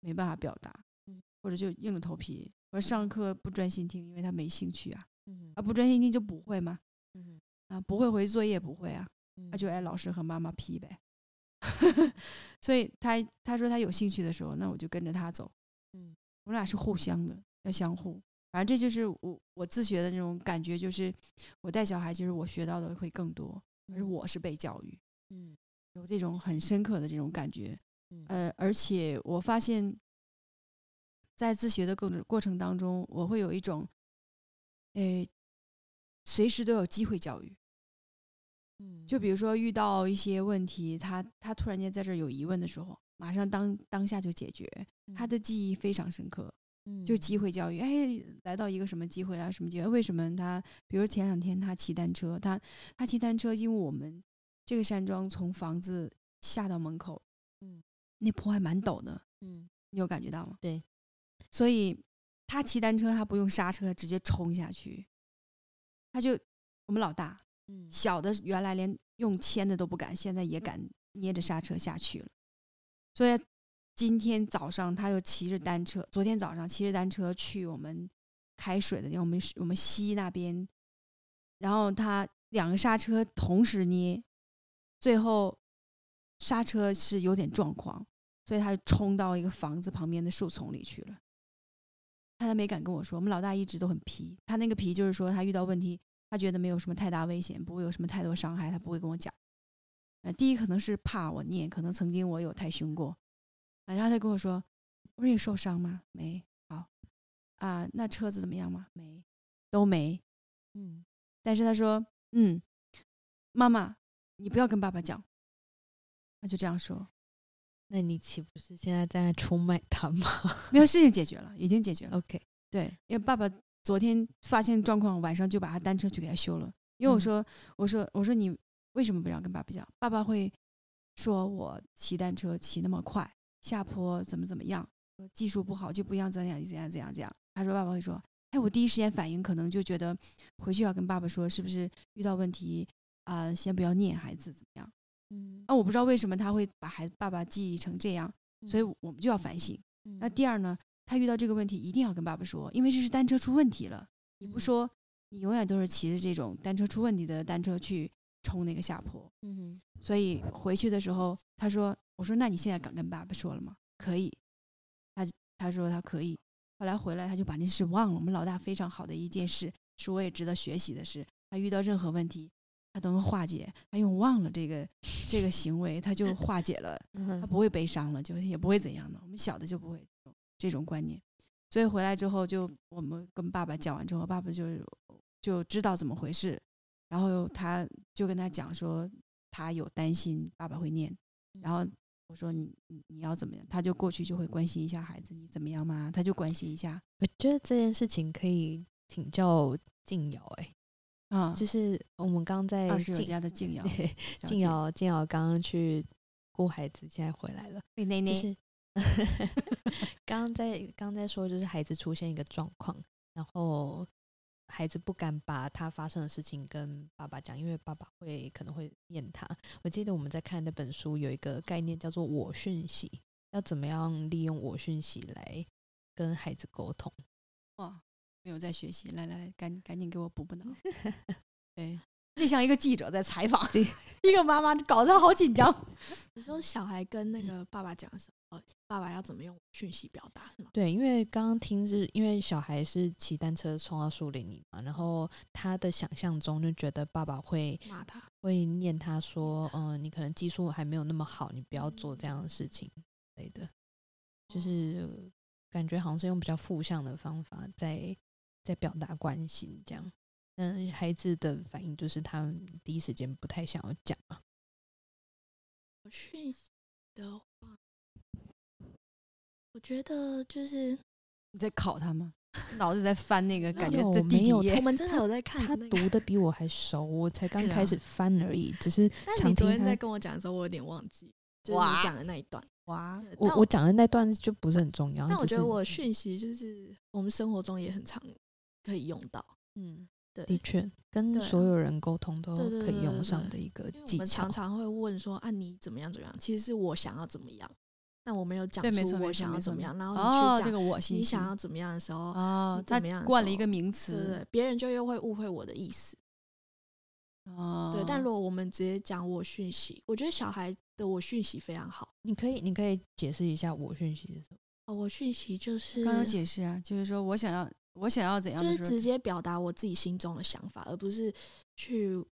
[SPEAKER 3] 没办法表达
[SPEAKER 4] 嗯，
[SPEAKER 3] 或者就硬着头皮，或者上课不专心听，因为他没兴趣啊，
[SPEAKER 4] 嗯
[SPEAKER 3] 啊不专心听就不会嘛，
[SPEAKER 4] 嗯
[SPEAKER 3] 啊不会回作业不会啊，
[SPEAKER 4] 嗯
[SPEAKER 3] 他就挨老师和妈妈批呗。 所以他他说他有兴趣的时候，那我就跟着他走。
[SPEAKER 4] 嗯，
[SPEAKER 3] 我们俩是互相的，要相互。反正这就是我我自学的那种感觉，就是我带小孩，就是我学到的会更多，而
[SPEAKER 4] 嗯
[SPEAKER 3] 我是被教育，
[SPEAKER 4] 嗯
[SPEAKER 3] 有这种很深刻的这种感觉。
[SPEAKER 4] 嗯
[SPEAKER 3] 呃，而且我发现，在自学的过程过程当中，我会有一种，诶，随时都有机会教育。
[SPEAKER 4] 嗯
[SPEAKER 3] 就比如说遇到一些问题，他他突然间在这儿有疑问的时候，马上当当下就解决，
[SPEAKER 4] 嗯
[SPEAKER 3] 他的记忆非常深刻。就机会教育，哎，来到一个什么机会啊，什么机会？为什么他？比如前两天他骑单车，他他骑单车，因为我们这个山庄从房子下到门口，
[SPEAKER 4] 嗯，
[SPEAKER 3] 那坡还蛮陡的，
[SPEAKER 4] 嗯
[SPEAKER 3] 你有感觉到吗？
[SPEAKER 4] 对，
[SPEAKER 3] 所以他骑单车，他不用刹车，直接冲下去，他就我们老大，
[SPEAKER 4] 嗯
[SPEAKER 3] 小的原来连用牵的都不敢，现在也敢捏着刹车下去了。所以今天早上他又骑着单车，昨天早上骑着单车去我们开水的地方，我们我们西那边，然后他两个刹车同时捏，最后刹车是有点状况，所以他就冲到一个房子旁边的树丛里去了。他他没敢跟我说，我们老大一直都很皮，他那个皮就是说他遇到问题他觉得没有什么太大危险，不会有什么太多伤害，他不会跟我讲。呃，第一可能是怕我念，可能曾经我有太凶过，啊，然后他跟我说，我说你受伤吗？没，好，啊，那车子怎么样吗？没，都没。
[SPEAKER 4] 嗯
[SPEAKER 3] 但是他说，嗯，妈妈，你不要跟爸爸讲。他就这样说，
[SPEAKER 4] 那你岂不是现在在出卖他吗
[SPEAKER 3] 没有事情解决了，已经解决了。
[SPEAKER 4] ？OK，
[SPEAKER 3] 对，因为爸爸昨天发现状况，晚上就把他单车去给他修了。因为我
[SPEAKER 4] 嗯
[SPEAKER 3] 说，我说，我说你为什么不让跟爸爸讲？爸爸会说我骑单车骑那么快，下坡怎么怎么样，说技术不好就不一样，怎样怎样怎样怎样。他说爸爸会说，哎，我第一时间反应可能就觉得回去要跟爸爸说，是不是遇到问题啊、先不要念孩子怎么样？
[SPEAKER 4] 嗯
[SPEAKER 3] 啊，我不知道为什么他会把孩爸爸记忆成这样，所以
[SPEAKER 4] 嗯
[SPEAKER 3] 我们就要反省。那第二呢，他遇到这个问题一定要跟爸爸说，因为这是单车出问题了。你不
[SPEAKER 4] 嗯
[SPEAKER 3] 说，你永远都是骑着这种单车出问题的单车去冲那个下坡。
[SPEAKER 4] 嗯
[SPEAKER 3] 所以回去的时候，他说：“我说那你现在敢跟爸爸说了吗？”可以，他他说他可以。后来回来他就把那事忘了。我们老大非常好的一件事，是我也值得学习的事。他遇到任何问题，他都能化解。他用忘了这个这个行为，他就化解了。
[SPEAKER 4] 嗯
[SPEAKER 3] 他不会悲伤了，就也不会怎样的。我们小的就不会有这种观念，所以回来之后就我们跟爸爸讲完之后，爸爸就就知道怎么回事，然后他就跟他讲说他有担心爸爸会念，
[SPEAKER 4] 嗯
[SPEAKER 3] 然后我说你你你要怎么样，他就过去就会关心一下孩子，你怎么样嘛，他就关心一下
[SPEAKER 4] 我觉得这件事情可以请教静瑶，哎，
[SPEAKER 3] 啊，
[SPEAKER 4] 就是啊我们刚在
[SPEAKER 3] 二十有
[SPEAKER 4] 静
[SPEAKER 3] 家的静瑶，
[SPEAKER 4] 对
[SPEAKER 3] 小
[SPEAKER 4] 静
[SPEAKER 3] 姐
[SPEAKER 4] 瑶，静瑶刚刚去顾孩子，现在回来了。
[SPEAKER 3] 贝内
[SPEAKER 4] 就
[SPEAKER 3] 内
[SPEAKER 4] 是 刚刚在刚刚在说，就是孩子出现一个状况，然后孩子不敢把他发生的事情跟爸爸讲，因为爸爸会可能会念他。我记得我们在看那本书有一个概念叫做“我讯息”，要怎么样利用我讯息来跟孩子沟通？
[SPEAKER 3] 哇，没有在学习，来来来，赶赶紧给我补补脑。
[SPEAKER 4] 嗯
[SPEAKER 3] 对，这像一个记者在采访 一个妈妈，搞得她好紧张。
[SPEAKER 5] 你说小孩跟那个爸爸讲什么？爸爸要怎么用讯息表达是吗？
[SPEAKER 4] 对，因为刚刚听是因为小孩是骑单车冲到树林里嘛，然后他的想象中就觉得爸爸会
[SPEAKER 5] 骂他，
[SPEAKER 4] 会念他说，嗯、你可能技术还没有那么好，你不要做这样的事情之类的，
[SPEAKER 5] 哦
[SPEAKER 4] 就是感觉好像是用比较负向的方法在在表达关心这样。嗯，孩子的反应就是他们第一时间不太想要讲嘛。
[SPEAKER 5] 我讯息的话，我觉得就是
[SPEAKER 3] 你在考他吗？ 脑子在翻那个，感觉
[SPEAKER 4] 有
[SPEAKER 3] 这第
[SPEAKER 4] 没
[SPEAKER 3] 几
[SPEAKER 4] 有
[SPEAKER 5] 我
[SPEAKER 3] 页？
[SPEAKER 5] 们真的有在看、
[SPEAKER 4] 他
[SPEAKER 5] 那个
[SPEAKER 4] 读的比我还熟，我才刚
[SPEAKER 3] 是啊
[SPEAKER 4] 开始翻而已，只是
[SPEAKER 5] 但
[SPEAKER 4] 常
[SPEAKER 5] 你昨
[SPEAKER 4] 听
[SPEAKER 5] 天
[SPEAKER 4] 他
[SPEAKER 5] 在跟我讲的时候，我有点忘记，就是
[SPEAKER 3] 哇
[SPEAKER 5] 你讲的那一段。
[SPEAKER 3] 哇，
[SPEAKER 5] 对
[SPEAKER 4] 我
[SPEAKER 5] 但
[SPEAKER 4] 我讲的那段就不是很重要。
[SPEAKER 5] 但我
[SPEAKER 4] 只
[SPEAKER 5] 觉得
[SPEAKER 3] 嗯
[SPEAKER 4] 是
[SPEAKER 5] 我讯息就是我们生活中也很常可以用到，
[SPEAKER 4] 嗯，
[SPEAKER 5] 对，
[SPEAKER 4] 的确跟
[SPEAKER 5] 对啊
[SPEAKER 4] 所有人沟通都
[SPEAKER 5] 对对
[SPEAKER 4] 可以
[SPEAKER 5] 对
[SPEAKER 4] 用
[SPEAKER 5] 对
[SPEAKER 4] 上
[SPEAKER 5] 对
[SPEAKER 4] 的一个
[SPEAKER 5] 因为我
[SPEAKER 4] 技
[SPEAKER 5] 们
[SPEAKER 4] 巧
[SPEAKER 5] 常。常会问说啊你怎么样怎么样，其实是我想要怎么样，但我没有讲
[SPEAKER 3] 对，没错，
[SPEAKER 5] 出
[SPEAKER 3] 没错，
[SPEAKER 5] 我想
[SPEAKER 3] 没
[SPEAKER 5] 要
[SPEAKER 3] 错
[SPEAKER 5] 怎么
[SPEAKER 3] 没错
[SPEAKER 5] 样，然后
[SPEAKER 3] 哦
[SPEAKER 5] 你，去
[SPEAKER 3] 这
[SPEAKER 5] 讲
[SPEAKER 3] 个我信
[SPEAKER 5] 你
[SPEAKER 3] 息
[SPEAKER 5] 想要怎么样的时候，
[SPEAKER 3] 哦
[SPEAKER 5] 你，怎
[SPEAKER 3] 他
[SPEAKER 5] 么样的
[SPEAKER 3] 冠
[SPEAKER 5] 时
[SPEAKER 3] 了一
[SPEAKER 5] 候
[SPEAKER 3] 个名
[SPEAKER 5] 对对，对
[SPEAKER 3] 词
[SPEAKER 5] 别人就又会误会我的意思。
[SPEAKER 3] 哦。
[SPEAKER 5] 对，但如果我们直接讲我讯息，我觉得小孩的我讯息非常好。
[SPEAKER 4] 你可以，你可以解释一下我讯息是什么？
[SPEAKER 5] 哦，我讯息就是
[SPEAKER 3] 刚有解释啊，就是说我想要我想要怎样
[SPEAKER 5] 就
[SPEAKER 3] 的
[SPEAKER 5] 是
[SPEAKER 3] 时候
[SPEAKER 5] 直接表达我自己心中的想法，而不是去，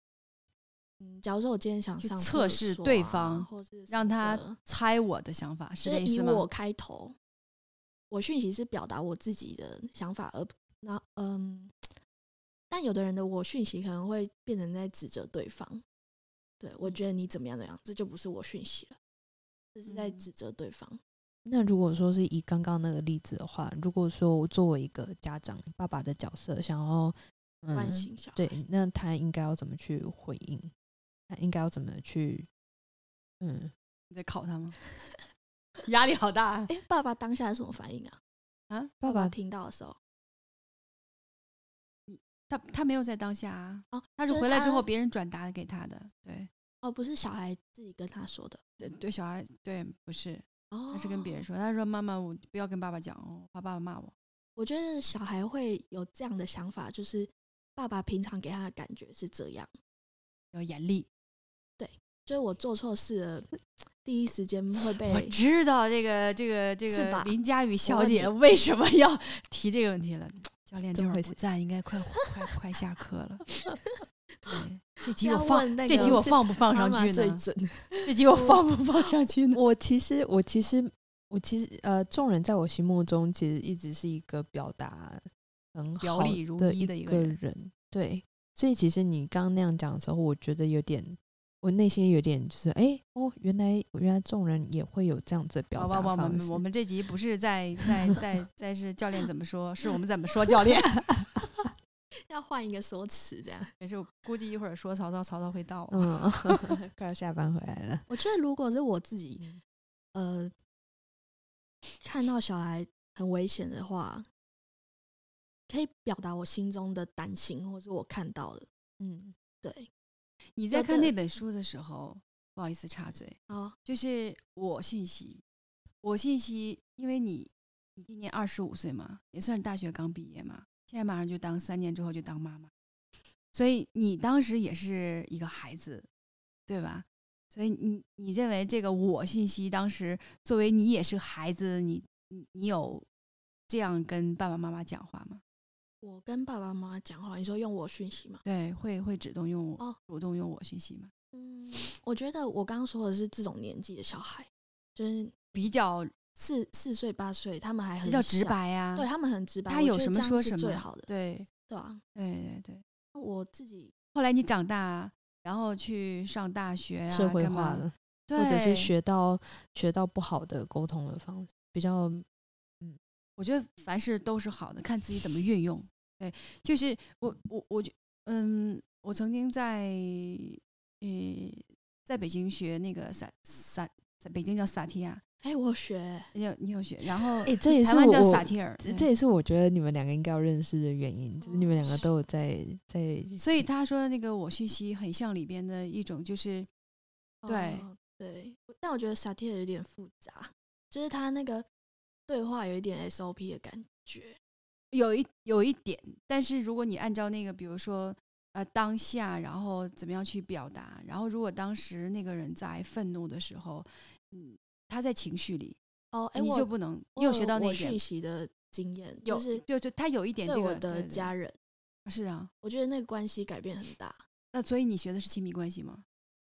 [SPEAKER 5] 嗯，假如说我今天想
[SPEAKER 3] 去
[SPEAKER 5] 上
[SPEAKER 3] 测
[SPEAKER 5] 厕
[SPEAKER 3] 试
[SPEAKER 5] 所
[SPEAKER 3] 对
[SPEAKER 5] 啊
[SPEAKER 3] 方
[SPEAKER 5] 或是什
[SPEAKER 3] 让
[SPEAKER 5] 么
[SPEAKER 3] 他
[SPEAKER 5] 的
[SPEAKER 3] 猜我的想法，是
[SPEAKER 5] 就
[SPEAKER 3] 这
[SPEAKER 5] 是
[SPEAKER 3] 意
[SPEAKER 5] 以
[SPEAKER 3] 思吗？
[SPEAKER 5] 我开头，我讯息是表达我自己的想法，而不那嗯，但有的人的我讯息可能会变成在指责对方，对我觉得你怎么样怎么样，这就不是我讯息了，这是在
[SPEAKER 3] 嗯
[SPEAKER 5] 指责对方。
[SPEAKER 4] 那如果说是以刚刚那个例子的话，如果说我作为一个家长爸爸的角色，想要嗯
[SPEAKER 5] 唤，醒小孩。
[SPEAKER 4] 对，那他应该要怎么去回应？他应该要怎么去？嗯，
[SPEAKER 3] 你在考他吗？压力好大啊，
[SPEAKER 5] 哎、爸爸当下是什么反应啊？
[SPEAKER 4] 爸爸
[SPEAKER 5] 听到的时候，
[SPEAKER 3] 他他没有在当下啊，
[SPEAKER 5] 哦，
[SPEAKER 3] 他是
[SPEAKER 5] 就
[SPEAKER 3] 回来之后
[SPEAKER 5] 他
[SPEAKER 3] 别人转达给他的，对
[SPEAKER 5] 哦，不是小孩自己跟他说的，
[SPEAKER 3] 对对，小孩对不是，
[SPEAKER 5] 哦，
[SPEAKER 3] 他是跟别人。说，他说妈妈我不要跟爸爸讲哦，怕爸爸骂我，
[SPEAKER 5] 我觉得小孩会有这样的想法，就是爸爸平常给他的感觉是这样，
[SPEAKER 3] 要严厉。
[SPEAKER 5] 就是我做错事了，第一时间 会被
[SPEAKER 3] 我知道这个这个这
[SPEAKER 5] 是
[SPEAKER 3] 个
[SPEAKER 5] 吧
[SPEAKER 3] 林佳宇小
[SPEAKER 5] 问
[SPEAKER 3] 姐
[SPEAKER 5] 你
[SPEAKER 3] 为什么要提这个问题了。教练这
[SPEAKER 4] 怎么
[SPEAKER 3] 会儿
[SPEAKER 4] 回
[SPEAKER 3] 不
[SPEAKER 4] 事
[SPEAKER 3] 在，应该快快快下课了。对，这集
[SPEAKER 5] 要
[SPEAKER 3] 我放
[SPEAKER 5] 问那
[SPEAKER 3] 这
[SPEAKER 5] 个
[SPEAKER 3] 集我
[SPEAKER 5] 是
[SPEAKER 3] 放不放
[SPEAKER 5] 妈
[SPEAKER 3] 上
[SPEAKER 5] 妈
[SPEAKER 3] 去
[SPEAKER 5] 最
[SPEAKER 3] 呢？
[SPEAKER 5] 准。
[SPEAKER 3] 这集我放不放上去呢？
[SPEAKER 4] 我其实，我其实，我其实，呃，众人在我心目中其实一直是一个表达很
[SPEAKER 3] 表
[SPEAKER 4] 好
[SPEAKER 3] 里如
[SPEAKER 4] 的
[SPEAKER 3] 一
[SPEAKER 4] 一
[SPEAKER 3] 的一个
[SPEAKER 4] 个
[SPEAKER 3] 人
[SPEAKER 4] 人，对。所以其实你刚刚那样讲的时候，我觉得有点，我内心有点就是，哎、哦，原来原来众人也会有这样子的表
[SPEAKER 3] 好
[SPEAKER 4] 达
[SPEAKER 3] 吧，我
[SPEAKER 4] 方
[SPEAKER 3] 们
[SPEAKER 4] 式。
[SPEAKER 3] 我们这集不是在在在在是教练怎么说，是我们怎么 说教练。
[SPEAKER 5] 要换一个说辞，这样。
[SPEAKER 3] 没事，我估计一会儿说曹操，曹操会到。
[SPEAKER 4] 嗯，快要下班回来了。
[SPEAKER 5] 我觉得如果是我自己，
[SPEAKER 3] 嗯
[SPEAKER 5] 呃，看到小孩很危险的话，可以表达我心中的担心，或是我看到的，
[SPEAKER 4] 嗯，
[SPEAKER 5] 对，
[SPEAKER 3] 你在
[SPEAKER 5] 有
[SPEAKER 3] 看
[SPEAKER 5] 的
[SPEAKER 3] 那本书的时候，不好意思插嘴，
[SPEAKER 5] 哦，
[SPEAKER 3] 就是我信息，我信息，因为你你今年二十五岁嘛，也算是大学刚毕业嘛，现在马上就当三年之后就当妈妈，所以你当时也是一个孩子，对吧？所以你你认为这个我信息，当时作为你也是孩子，你你你有这样跟爸爸妈妈讲话吗？
[SPEAKER 5] 我跟爸爸妈妈讲话，你说用我讯息吗？
[SPEAKER 3] 对，会会主动用我、
[SPEAKER 5] 哦
[SPEAKER 3] 主动用我信息吗？
[SPEAKER 5] 嗯，我觉得我刚刚说的是这种年纪的小孩，就是
[SPEAKER 3] 比较
[SPEAKER 5] 四四岁八岁，他们还很
[SPEAKER 3] 比较直
[SPEAKER 5] 小，
[SPEAKER 3] 白呀、
[SPEAKER 5] 对他们很直白。
[SPEAKER 3] 他
[SPEAKER 5] 我觉
[SPEAKER 3] 有
[SPEAKER 5] 得
[SPEAKER 3] 什么
[SPEAKER 5] 这样
[SPEAKER 3] 说
[SPEAKER 5] 是
[SPEAKER 3] 什么
[SPEAKER 5] 最好的，
[SPEAKER 3] 对
[SPEAKER 5] 对啊，
[SPEAKER 3] 对对对。
[SPEAKER 5] 我自己
[SPEAKER 3] 后来你长大，然后去上大学啊，
[SPEAKER 4] 社会
[SPEAKER 3] 干
[SPEAKER 4] 化
[SPEAKER 3] 嘛，
[SPEAKER 4] 了，
[SPEAKER 3] 对，
[SPEAKER 4] 或者是。学到学到不好的沟通的方式，比较
[SPEAKER 3] 我觉得凡事都是好的，看自己怎么运用。对，就是我我我就嗯，我曾经在呃在北京学那个萨萨在北京叫萨提亚，
[SPEAKER 5] 哎，我有学，
[SPEAKER 3] 你有你有学，然后
[SPEAKER 4] 哎，这也
[SPEAKER 3] 台
[SPEAKER 4] 是
[SPEAKER 3] 湾叫
[SPEAKER 4] 我
[SPEAKER 3] 萨提尔，
[SPEAKER 4] 这
[SPEAKER 3] 对
[SPEAKER 4] 这也是我觉得你们两个应该要认识的原因，就是你们
[SPEAKER 3] 哦
[SPEAKER 4] 两个
[SPEAKER 5] 是
[SPEAKER 4] 都有在在
[SPEAKER 3] 所以他说那个我讯息很像里边的一种，就是对
[SPEAKER 5] 哦对，但我觉得萨提尔有点复杂，就是他那个对话有一点 SOP 的感觉。
[SPEAKER 3] 有一有一点，但是如果你按照那个，比如说呃当下，然后怎么样去表达，然后如果当时那个人在愤怒的时候，嗯，他在情绪里，
[SPEAKER 5] 哦，哎，
[SPEAKER 3] 你
[SPEAKER 5] 我
[SPEAKER 3] 就不能，你有学到那
[SPEAKER 5] 我
[SPEAKER 3] 一点
[SPEAKER 5] 讯
[SPEAKER 3] 吗，
[SPEAKER 5] 息的经验，
[SPEAKER 3] 有
[SPEAKER 5] 就是
[SPEAKER 3] 就就他有一点
[SPEAKER 5] 对
[SPEAKER 3] 这
[SPEAKER 5] 我
[SPEAKER 3] 个
[SPEAKER 5] 的
[SPEAKER 3] 对对
[SPEAKER 5] 家人，
[SPEAKER 3] 是啊，
[SPEAKER 5] 我觉得那个关系改变很大。
[SPEAKER 3] 那所以你学的是亲密关系吗？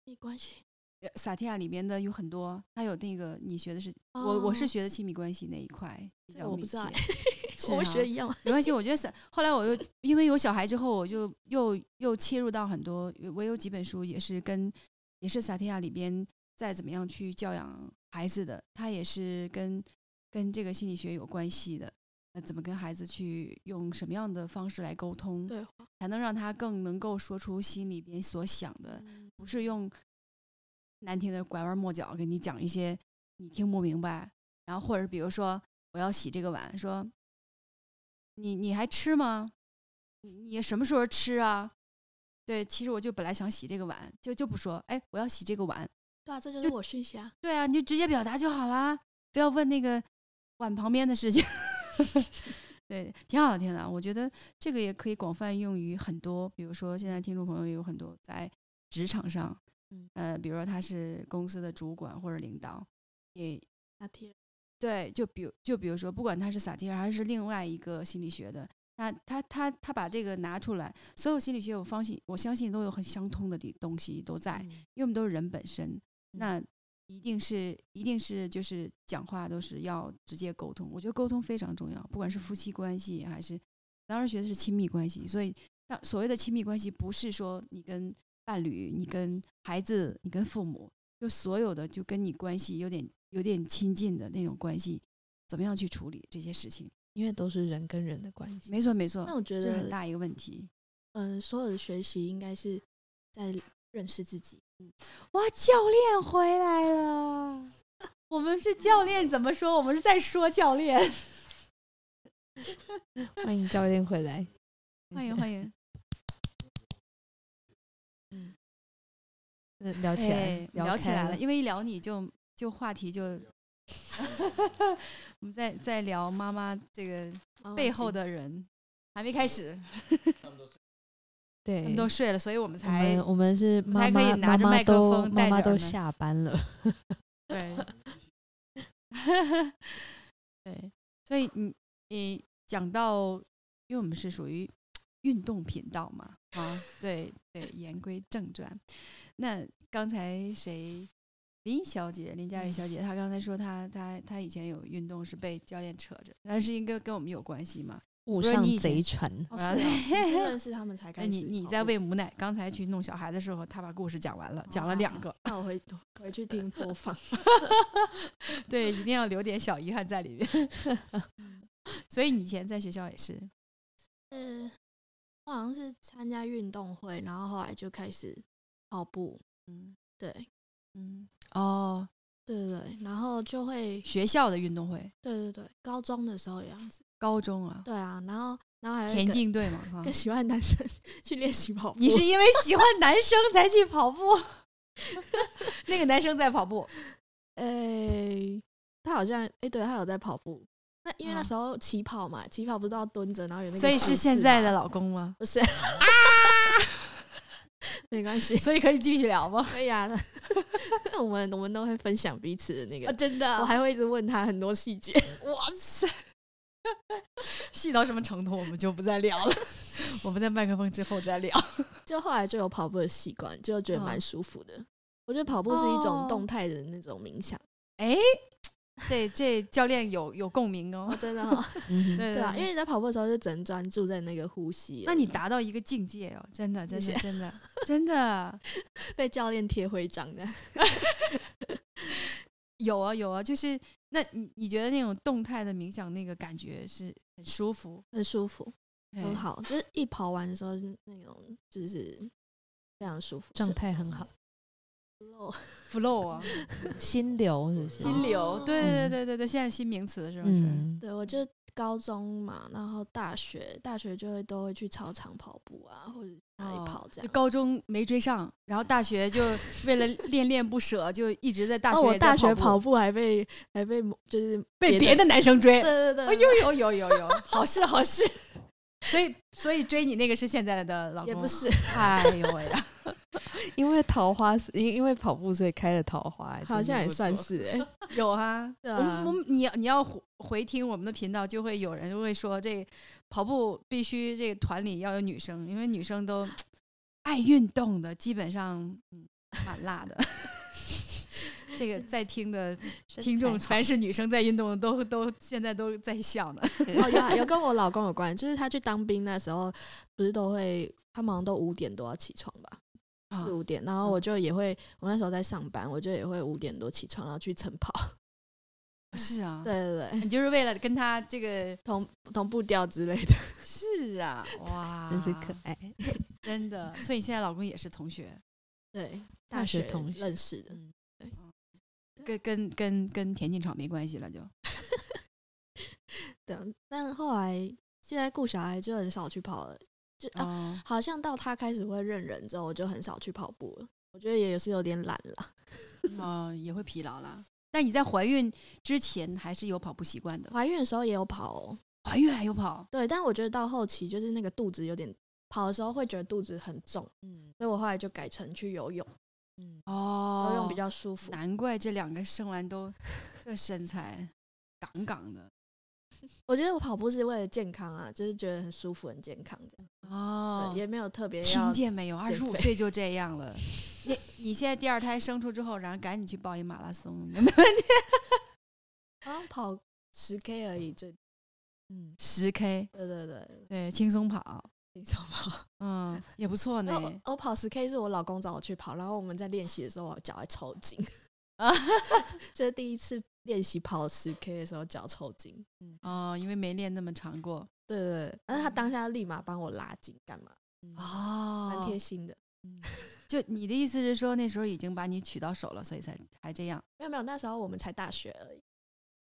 [SPEAKER 5] 没关系，
[SPEAKER 3] 呃萨提亚里面的有很多，他有那个你学的是、我我是
[SPEAKER 5] 哦
[SPEAKER 3] 学的亲密关系那一块比
[SPEAKER 5] 这
[SPEAKER 3] 较
[SPEAKER 5] 我
[SPEAKER 3] 密
[SPEAKER 5] 不知
[SPEAKER 3] 切
[SPEAKER 5] 道，，哎
[SPEAKER 3] 是
[SPEAKER 5] 我
[SPEAKER 3] 啊
[SPEAKER 5] 们学一样吗？
[SPEAKER 3] 没关系，我觉得是后来我又因为有小孩之后，我就又又切入到很多，我有几本书也是跟也是萨提亚里边再怎么样去教养孩子的，它也是跟跟这个心理学有关系的。呃，怎么跟孩子去用什么样的方式来沟通，
[SPEAKER 5] 对话，
[SPEAKER 3] 才能让他更能够说出心里边所想的，不是用难听的拐弯抹角给你讲一些你听不明白，然后或者比如说我要洗这个碗，说你你还吃吗？你你什么时候吃啊？对，其实我就本来想洗这个碗，就就不说，哎，我要洗这个碗。
[SPEAKER 5] 对啊，这就
[SPEAKER 3] 就是
[SPEAKER 5] 我讯息啊。
[SPEAKER 3] 对啊，你就直接表达就好啦，不要问那个碗旁边的事情。 对，挺好的，挺好的。我觉得这个也可以广泛用于很多，比如说现在听众朋友也有很多在职场上，呃，比如说他是公司的主管或者领导，也
[SPEAKER 5] 那天
[SPEAKER 3] 对，就比如就比如说，不管他是萨提尔还是另外一个心理学的，那他他他把这个拿出来，所有心理学我相信我相信都有很相通的地东西都在，因为我们都是人本
[SPEAKER 6] 嗯
[SPEAKER 3] 身，那一定是一定是就是讲话都是要直接沟通，我觉得沟通非常重要，不管是夫妻关系还是当时学的是亲密关系，所以当所谓的亲密关系不是说你跟伴侣、你跟孩子、你跟父母，就所有的就跟你关系有点有点亲近的那种关系，怎么样去处理这些事情？
[SPEAKER 4] 因为都是人跟人的关系。
[SPEAKER 3] 没错没错，
[SPEAKER 5] 那我觉
[SPEAKER 3] 这是很
[SPEAKER 5] 得，
[SPEAKER 3] 大一个问题。
[SPEAKER 5] 嗯，所有的学习应该是在认识自己。
[SPEAKER 6] 哇，教练回来了！我们是教练怎么说？我们是在说教练。
[SPEAKER 4] 欢迎教练 回来，
[SPEAKER 6] 欢迎欢迎，
[SPEAKER 4] 呃聊起来
[SPEAKER 3] 哎，聊起
[SPEAKER 4] 开
[SPEAKER 3] 来
[SPEAKER 4] 了
[SPEAKER 3] 了，。因为一聊你就就话题 就，我们在在聊妈妈这
[SPEAKER 4] 嗯
[SPEAKER 3] 个
[SPEAKER 5] 哦
[SPEAKER 3] 背后
[SPEAKER 5] 今
[SPEAKER 3] 的人，还没开始，他
[SPEAKER 4] 对
[SPEAKER 3] 们，都睡了，所以我们
[SPEAKER 4] 我
[SPEAKER 3] 才
[SPEAKER 4] 们我们是
[SPEAKER 3] 我们才
[SPEAKER 4] 妈
[SPEAKER 3] 可以
[SPEAKER 4] 妈
[SPEAKER 3] 拿
[SPEAKER 4] 妈
[SPEAKER 3] 着
[SPEAKER 4] 妈
[SPEAKER 3] 麦克
[SPEAKER 4] 都
[SPEAKER 3] 风戴
[SPEAKER 4] 妈妈
[SPEAKER 3] 着
[SPEAKER 4] 都
[SPEAKER 3] 耳麦
[SPEAKER 4] 下班了。
[SPEAKER 3] 对 对，所以你你讲到，因为我们是属于运动频道嘛，啊，对对，言归正传，那刚才谁？林小姐，林佳宇
[SPEAKER 5] 嗯
[SPEAKER 3] 小姐，她刚才说她她她以前有运动是被教练扯着，那是应该跟我们有关系吗？
[SPEAKER 4] 误
[SPEAKER 3] 是
[SPEAKER 4] 上
[SPEAKER 3] 你以前
[SPEAKER 4] 贼船，
[SPEAKER 5] 哦是啊你是认识他们才
[SPEAKER 3] 哎，
[SPEAKER 5] 开
[SPEAKER 3] 你
[SPEAKER 5] 始。
[SPEAKER 3] 你
[SPEAKER 5] 哦
[SPEAKER 3] 在喂母奶，刚才去弄小孩的时候，她把故事讲完了，
[SPEAKER 5] 啊
[SPEAKER 3] 讲了两个，
[SPEAKER 5] 那我回回去听 播放。
[SPEAKER 3] 对，一定要留点小遗憾在里面。 所以你以前在学校也是，
[SPEAKER 5] 嗯，我好像是参加运动会，然后后来就开始跑步。嗯，对
[SPEAKER 3] 嗯，哦，
[SPEAKER 5] 对对对，然后就会
[SPEAKER 3] 学校的运动会，
[SPEAKER 5] 对对对，高中的时候也这样子。
[SPEAKER 3] 高中啊，
[SPEAKER 5] 对啊，然后然后还会
[SPEAKER 3] 田
[SPEAKER 5] 跟
[SPEAKER 3] 径队嘛，哈
[SPEAKER 5] 跟，喜欢的男生 去练习跑步。
[SPEAKER 6] 你是因为喜欢男生才去跑步？
[SPEAKER 3] 那个男生在跑步，
[SPEAKER 5] 诶、他好像诶、对他有在跑步。那因为那
[SPEAKER 3] 啊
[SPEAKER 5] 时候起跑嘛，起跑不是都要蹲着，然后有那个
[SPEAKER 3] 所以
[SPEAKER 5] 姿
[SPEAKER 3] 是现
[SPEAKER 5] 势
[SPEAKER 3] 在
[SPEAKER 5] 嘛
[SPEAKER 3] 的老公吗？
[SPEAKER 5] 不是啊，没关系，
[SPEAKER 3] 所以可以继续聊吗？
[SPEAKER 5] 可以啊。我们我们都会分享彼此的那个，
[SPEAKER 3] 真的
[SPEAKER 5] 我
[SPEAKER 3] 啊，
[SPEAKER 5] 还会一直问他很多细节。
[SPEAKER 3] 哇塞， 细到什么程度我们就不再聊了，我们在麦克风之后再聊。
[SPEAKER 5] 就后来就有跑步的习惯，就觉得蛮舒服的。我觉得跑步是一种
[SPEAKER 3] 嗯哦
[SPEAKER 5] 动态的那种冥想，
[SPEAKER 3] 哎，这这教练有有共鸣哦
[SPEAKER 5] 哦，，真的、哦，
[SPEAKER 4] 嗯哼，
[SPEAKER 3] 对
[SPEAKER 5] 对啊，因
[SPEAKER 3] 为
[SPEAKER 5] 为你在跑步的时候就只能专注在那个呼吸而已。
[SPEAKER 3] 那你达到一个境界哦，真的，真
[SPEAKER 5] 谢
[SPEAKER 3] 的，
[SPEAKER 5] 谢
[SPEAKER 3] 真的，真的。
[SPEAKER 5] 被教练贴徽章的，
[SPEAKER 3] 有啊有啊，就是那你你觉得那种动态的冥想那个感觉是很舒服，
[SPEAKER 5] 很舒服，
[SPEAKER 3] 哎
[SPEAKER 5] 很。好。就是一跑完的时候，那种就是非常舒服，
[SPEAKER 4] 状态很好。
[SPEAKER 3] flow 啊，
[SPEAKER 4] 心流是不是？
[SPEAKER 3] 心流，对对
[SPEAKER 4] 嗯
[SPEAKER 3] 对对对，现在新名词是不是？
[SPEAKER 4] 嗯，
[SPEAKER 5] 对，我就高中嘛，然后大学大学就会都会去操场跑步啊，或者哪里
[SPEAKER 3] 哦
[SPEAKER 5] 跑这
[SPEAKER 3] 就
[SPEAKER 5] 样。
[SPEAKER 3] 高中没追上，然后大学 就为了恋恋不舍，就一直在大学
[SPEAKER 5] 哦，我
[SPEAKER 3] 也在
[SPEAKER 5] 大学
[SPEAKER 3] 跑
[SPEAKER 5] 跑
[SPEAKER 3] 步
[SPEAKER 5] 步还被还被就是
[SPEAKER 3] 被别
[SPEAKER 5] 别
[SPEAKER 3] 的男生追，
[SPEAKER 5] 对对对，
[SPEAKER 3] 哎呦呦呦呦 呦，好事好事。所以所以追你那个是现在的老公，
[SPEAKER 5] 也不，是，
[SPEAKER 3] 哎呦喂 呀，
[SPEAKER 4] 因为桃花是，因因为跑步所以开了桃花，
[SPEAKER 5] 好
[SPEAKER 4] 真
[SPEAKER 5] 像
[SPEAKER 4] 的
[SPEAKER 5] 也
[SPEAKER 4] 不
[SPEAKER 5] 算
[SPEAKER 4] 错。
[SPEAKER 5] 是哎、
[SPEAKER 3] 有啊。
[SPEAKER 5] 对
[SPEAKER 3] 我们
[SPEAKER 5] 啊
[SPEAKER 3] 我，们你你要回回听我们的频道，就会有人就会说，这跑步必须这个团里要有女生，因为女生都爱运动的，基本上嗯蛮辣的。 这个在听的听众，
[SPEAKER 4] 身材
[SPEAKER 3] 凡是女生在运动的，都都现在都在笑呢。
[SPEAKER 5] 哦，有啊有跟我老公有关，就是他去当兵那时候，不是都会，他们好像都五点多要起床吧，
[SPEAKER 3] 啊
[SPEAKER 5] 四五点，
[SPEAKER 3] 嗯
[SPEAKER 5] 然后我就也会，我那时候在上班，我就也会五点多起床，然后去晨跑，
[SPEAKER 3] 是啊，
[SPEAKER 5] 对，对对，
[SPEAKER 3] 你就是为了跟他这个
[SPEAKER 5] 同同步调之类的，
[SPEAKER 3] 是啊，哇，
[SPEAKER 4] 真是可爱。
[SPEAKER 3] 真的。所以你现在老公也是同学，
[SPEAKER 5] 对，
[SPEAKER 4] 大
[SPEAKER 5] 大
[SPEAKER 4] 学
[SPEAKER 5] 学
[SPEAKER 4] 同学
[SPEAKER 5] 认识的，
[SPEAKER 3] 跟跟跟跟田径场没关系了就，
[SPEAKER 5] 啊对啊，但后来现在顾小孩就很少去跑了，就啊，
[SPEAKER 3] 哦，
[SPEAKER 5] 好像到他开始会认人之后，我就很少去跑步了。我觉得也是有点懒了。
[SPEAKER 3] 哦，也会疲劳啦。但你在怀孕之前还是有跑步习惯的，
[SPEAKER 5] 怀孕的时候也有跑、哦，
[SPEAKER 3] 怀孕还有跑，
[SPEAKER 5] 对，但我觉得到后期就是那个肚子有点跑的时候会觉得肚子很重，
[SPEAKER 4] 嗯
[SPEAKER 5] 所以我后来就改成去游泳，
[SPEAKER 4] 嗯，
[SPEAKER 3] 哦
[SPEAKER 5] 游泳比较舒服。
[SPEAKER 3] 难怪这两个生完都这身材杠杠的
[SPEAKER 5] 我觉得我跑步是为了健康啊，就是觉得很舒服、很健康这样，对
[SPEAKER 3] 哦。
[SPEAKER 5] 也没有特别
[SPEAKER 3] 听
[SPEAKER 5] 要。
[SPEAKER 3] 见没有？二
[SPEAKER 5] 减
[SPEAKER 3] 十五
[SPEAKER 5] 肥
[SPEAKER 3] 岁就这样 了。你你现在第二胎生出之后，然后赶紧去报一马拉 松，没问题。
[SPEAKER 5] 好像跑十 K 而已，就
[SPEAKER 4] 嗯，
[SPEAKER 3] 十 K，
[SPEAKER 5] 对对对，
[SPEAKER 3] 对，轻松跑，
[SPEAKER 5] 挺少 跑。
[SPEAKER 3] 嗯，也不错
[SPEAKER 5] 然
[SPEAKER 3] 呢
[SPEAKER 5] 后。我我跑十 K 是我老公找我去跑，然后我们在练习的时候，我脚还抽筋。 就是第一次练习跑十 K 的时候脚抽筋，
[SPEAKER 3] 哦，因为没练那么长过
[SPEAKER 5] 对对对，但是他当下立马帮我拉紧，干嘛？蛮
[SPEAKER 3] 哦
[SPEAKER 5] 贴心的。
[SPEAKER 3] 就你的意思是说，那时候已经把你娶到手了，所以才还这样，
[SPEAKER 5] 没有没有，那时候我们才大学而已，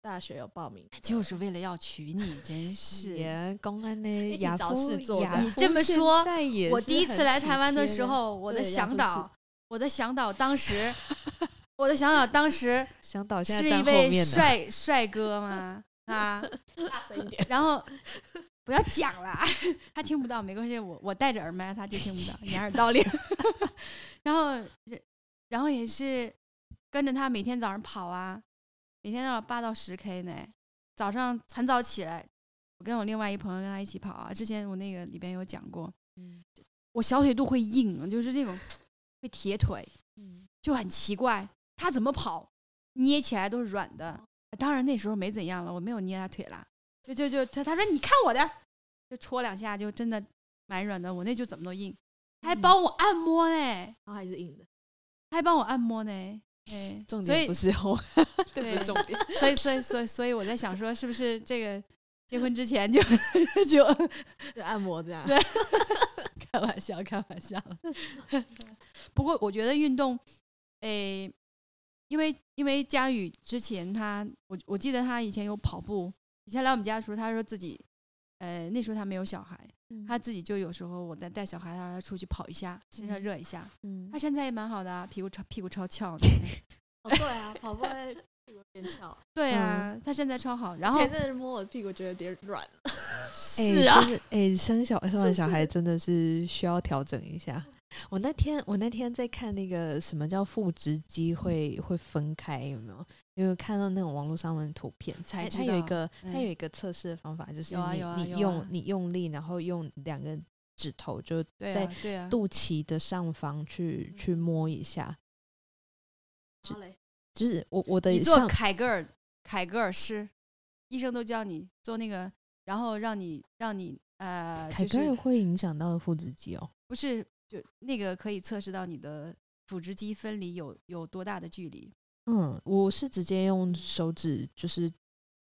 [SPEAKER 5] 大学有报名，
[SPEAKER 3] 就是为了要娶你， 真是。
[SPEAKER 4] 也公 安
[SPEAKER 5] 一
[SPEAKER 4] 呢，
[SPEAKER 5] 起
[SPEAKER 4] 雅
[SPEAKER 5] 找
[SPEAKER 4] 夫
[SPEAKER 5] 事做
[SPEAKER 4] 雅
[SPEAKER 5] 这样
[SPEAKER 4] 夫
[SPEAKER 3] 你这么
[SPEAKER 4] 现
[SPEAKER 3] 说
[SPEAKER 4] 在也
[SPEAKER 3] 我
[SPEAKER 4] 是
[SPEAKER 3] 第一次
[SPEAKER 4] 很
[SPEAKER 3] 来
[SPEAKER 4] 体
[SPEAKER 3] 台湾的
[SPEAKER 4] 贴
[SPEAKER 3] 时候，我的
[SPEAKER 5] 对雅
[SPEAKER 3] 向
[SPEAKER 5] 夫
[SPEAKER 3] 导，我的向导当 时，我的向导当时
[SPEAKER 4] 想倒下
[SPEAKER 3] 是
[SPEAKER 4] 站
[SPEAKER 3] 一
[SPEAKER 4] 后
[SPEAKER 3] 位
[SPEAKER 4] 面的，
[SPEAKER 3] 帅帅哥吗？ 啊，
[SPEAKER 5] 大声一点。
[SPEAKER 3] 然后不要讲了，他听不到，没关系，我我戴着耳麦，他就听不到，掩耳盗铃。 然后，然后也是跟着他每天早上跑啊，每天都要八到十 K 呢。早上很早起来，我跟我另外一朋友跟他一起跑啊。之前我那个里边有讲过，我小腿肚会硬，就是那种会铁腿，就很奇怪，他怎么跑捏起来都是软的。当然那时候没怎样了，我没有捏他腿啦，就就就他他说你看我的，就戳两下就真的蛮软的，我那就怎么都硬，他还帮我按摩呢，
[SPEAKER 5] 然后还是硬的，
[SPEAKER 3] 他还帮我按摩呢，哎，
[SPEAKER 4] 重
[SPEAKER 3] 所
[SPEAKER 4] 点
[SPEAKER 3] 以
[SPEAKER 4] 不是后
[SPEAKER 3] 对，
[SPEAKER 4] 重点，
[SPEAKER 3] 所以所以所以所以我在想说是不是这个结婚之前就 就
[SPEAKER 5] 就按摩这样。
[SPEAKER 3] 对开玩笑，开玩笑。不过我觉得运动，诶、因为因为佳宇之前他，我我记得他以前有跑步，以前来我们家的时候，他说自己，呃，那时候他没有小孩，他自己就有时候我在带小孩，他让他出去跑一下，身上热一下，
[SPEAKER 5] 嗯
[SPEAKER 3] 他，身材也蛮好的啊，屁股超屁股超翘的。
[SPEAKER 5] 哦对啊，跑步会 屁股变翘，
[SPEAKER 3] 对
[SPEAKER 4] 嗯
[SPEAKER 3] 啊，他身材超好，然后
[SPEAKER 5] 前阵子摸我的屁股觉得有点软了。
[SPEAKER 4] 哎，
[SPEAKER 3] 是啊，
[SPEAKER 4] 真的，哎，生小生完小孩真的是需要调整一下。我那天我那天在看那个什么叫腹直肌
[SPEAKER 3] 嗯
[SPEAKER 4] 会会分开有没有？因为看到那种网络上面的图片，
[SPEAKER 3] 才
[SPEAKER 4] 它
[SPEAKER 3] 知
[SPEAKER 4] 它有一
[SPEAKER 3] 道
[SPEAKER 4] 个它
[SPEAKER 3] 嗯
[SPEAKER 4] 有一个测试的方法，就是
[SPEAKER 3] 有啊
[SPEAKER 4] 你
[SPEAKER 3] 有啊有
[SPEAKER 4] 你
[SPEAKER 3] 啊
[SPEAKER 4] 用你用力，然后用两个指头就
[SPEAKER 3] 对
[SPEAKER 4] 在
[SPEAKER 3] 啊，对啊，
[SPEAKER 4] 肚脐的上方去
[SPEAKER 3] 嗯
[SPEAKER 4] 去摸一下。
[SPEAKER 5] 好嘞，
[SPEAKER 4] 就是我我的
[SPEAKER 3] 你做
[SPEAKER 4] 上
[SPEAKER 3] 凯格尔凯格尔式，医生都叫你做那个，然后让你让你呃，
[SPEAKER 4] 凯
[SPEAKER 3] 就
[SPEAKER 4] 格尔
[SPEAKER 3] 是
[SPEAKER 4] 会影响到腹直肌哦。
[SPEAKER 3] 不是就那个可以测试到你的腹直肌分离有有多大的距离。
[SPEAKER 4] 嗯，我是直接用手指就是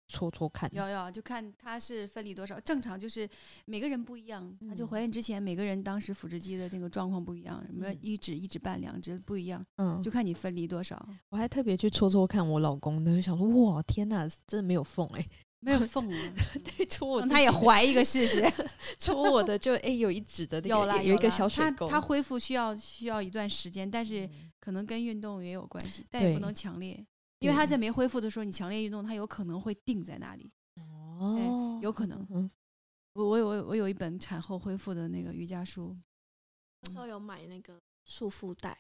[SPEAKER 4] 戳戳看？
[SPEAKER 3] 有有，就看它是分离多少。正常就是每个人不一样，他就
[SPEAKER 4] 嗯
[SPEAKER 3] 怀孕之前每个人当时腹直肌的这个状况不一样，什么
[SPEAKER 4] 嗯
[SPEAKER 3] 一指、一指半、两指不一样，
[SPEAKER 4] 嗯，
[SPEAKER 3] 就看你分离多少。
[SPEAKER 4] 我还特别去戳戳看我老公的，想说哇天呐，真的没有缝哎、
[SPEAKER 3] 没有缝啊，
[SPEAKER 4] 对，戳我
[SPEAKER 3] 让
[SPEAKER 4] 自
[SPEAKER 3] 他也
[SPEAKER 4] 己的
[SPEAKER 3] 怀一个试 试。
[SPEAKER 4] 戳我的就哎、有一指的那个
[SPEAKER 3] 有啦，
[SPEAKER 4] 有一个
[SPEAKER 3] 啦
[SPEAKER 4] 小水
[SPEAKER 3] 它
[SPEAKER 4] 沟，
[SPEAKER 3] 它恢复需要需要一段时间，但是
[SPEAKER 4] 嗯
[SPEAKER 3] 可能跟运动也有关系，但也
[SPEAKER 4] 对
[SPEAKER 3] 不能强烈，因为它
[SPEAKER 4] 对
[SPEAKER 3] 在没恢复的时候，你强烈运动，它有可能会定在那里。
[SPEAKER 4] 哦，
[SPEAKER 3] 有可能
[SPEAKER 4] 嗯，
[SPEAKER 3] 我我有我有我有一本产后恢复的那个瑜伽书，
[SPEAKER 5] 那时候有买那个束缚带，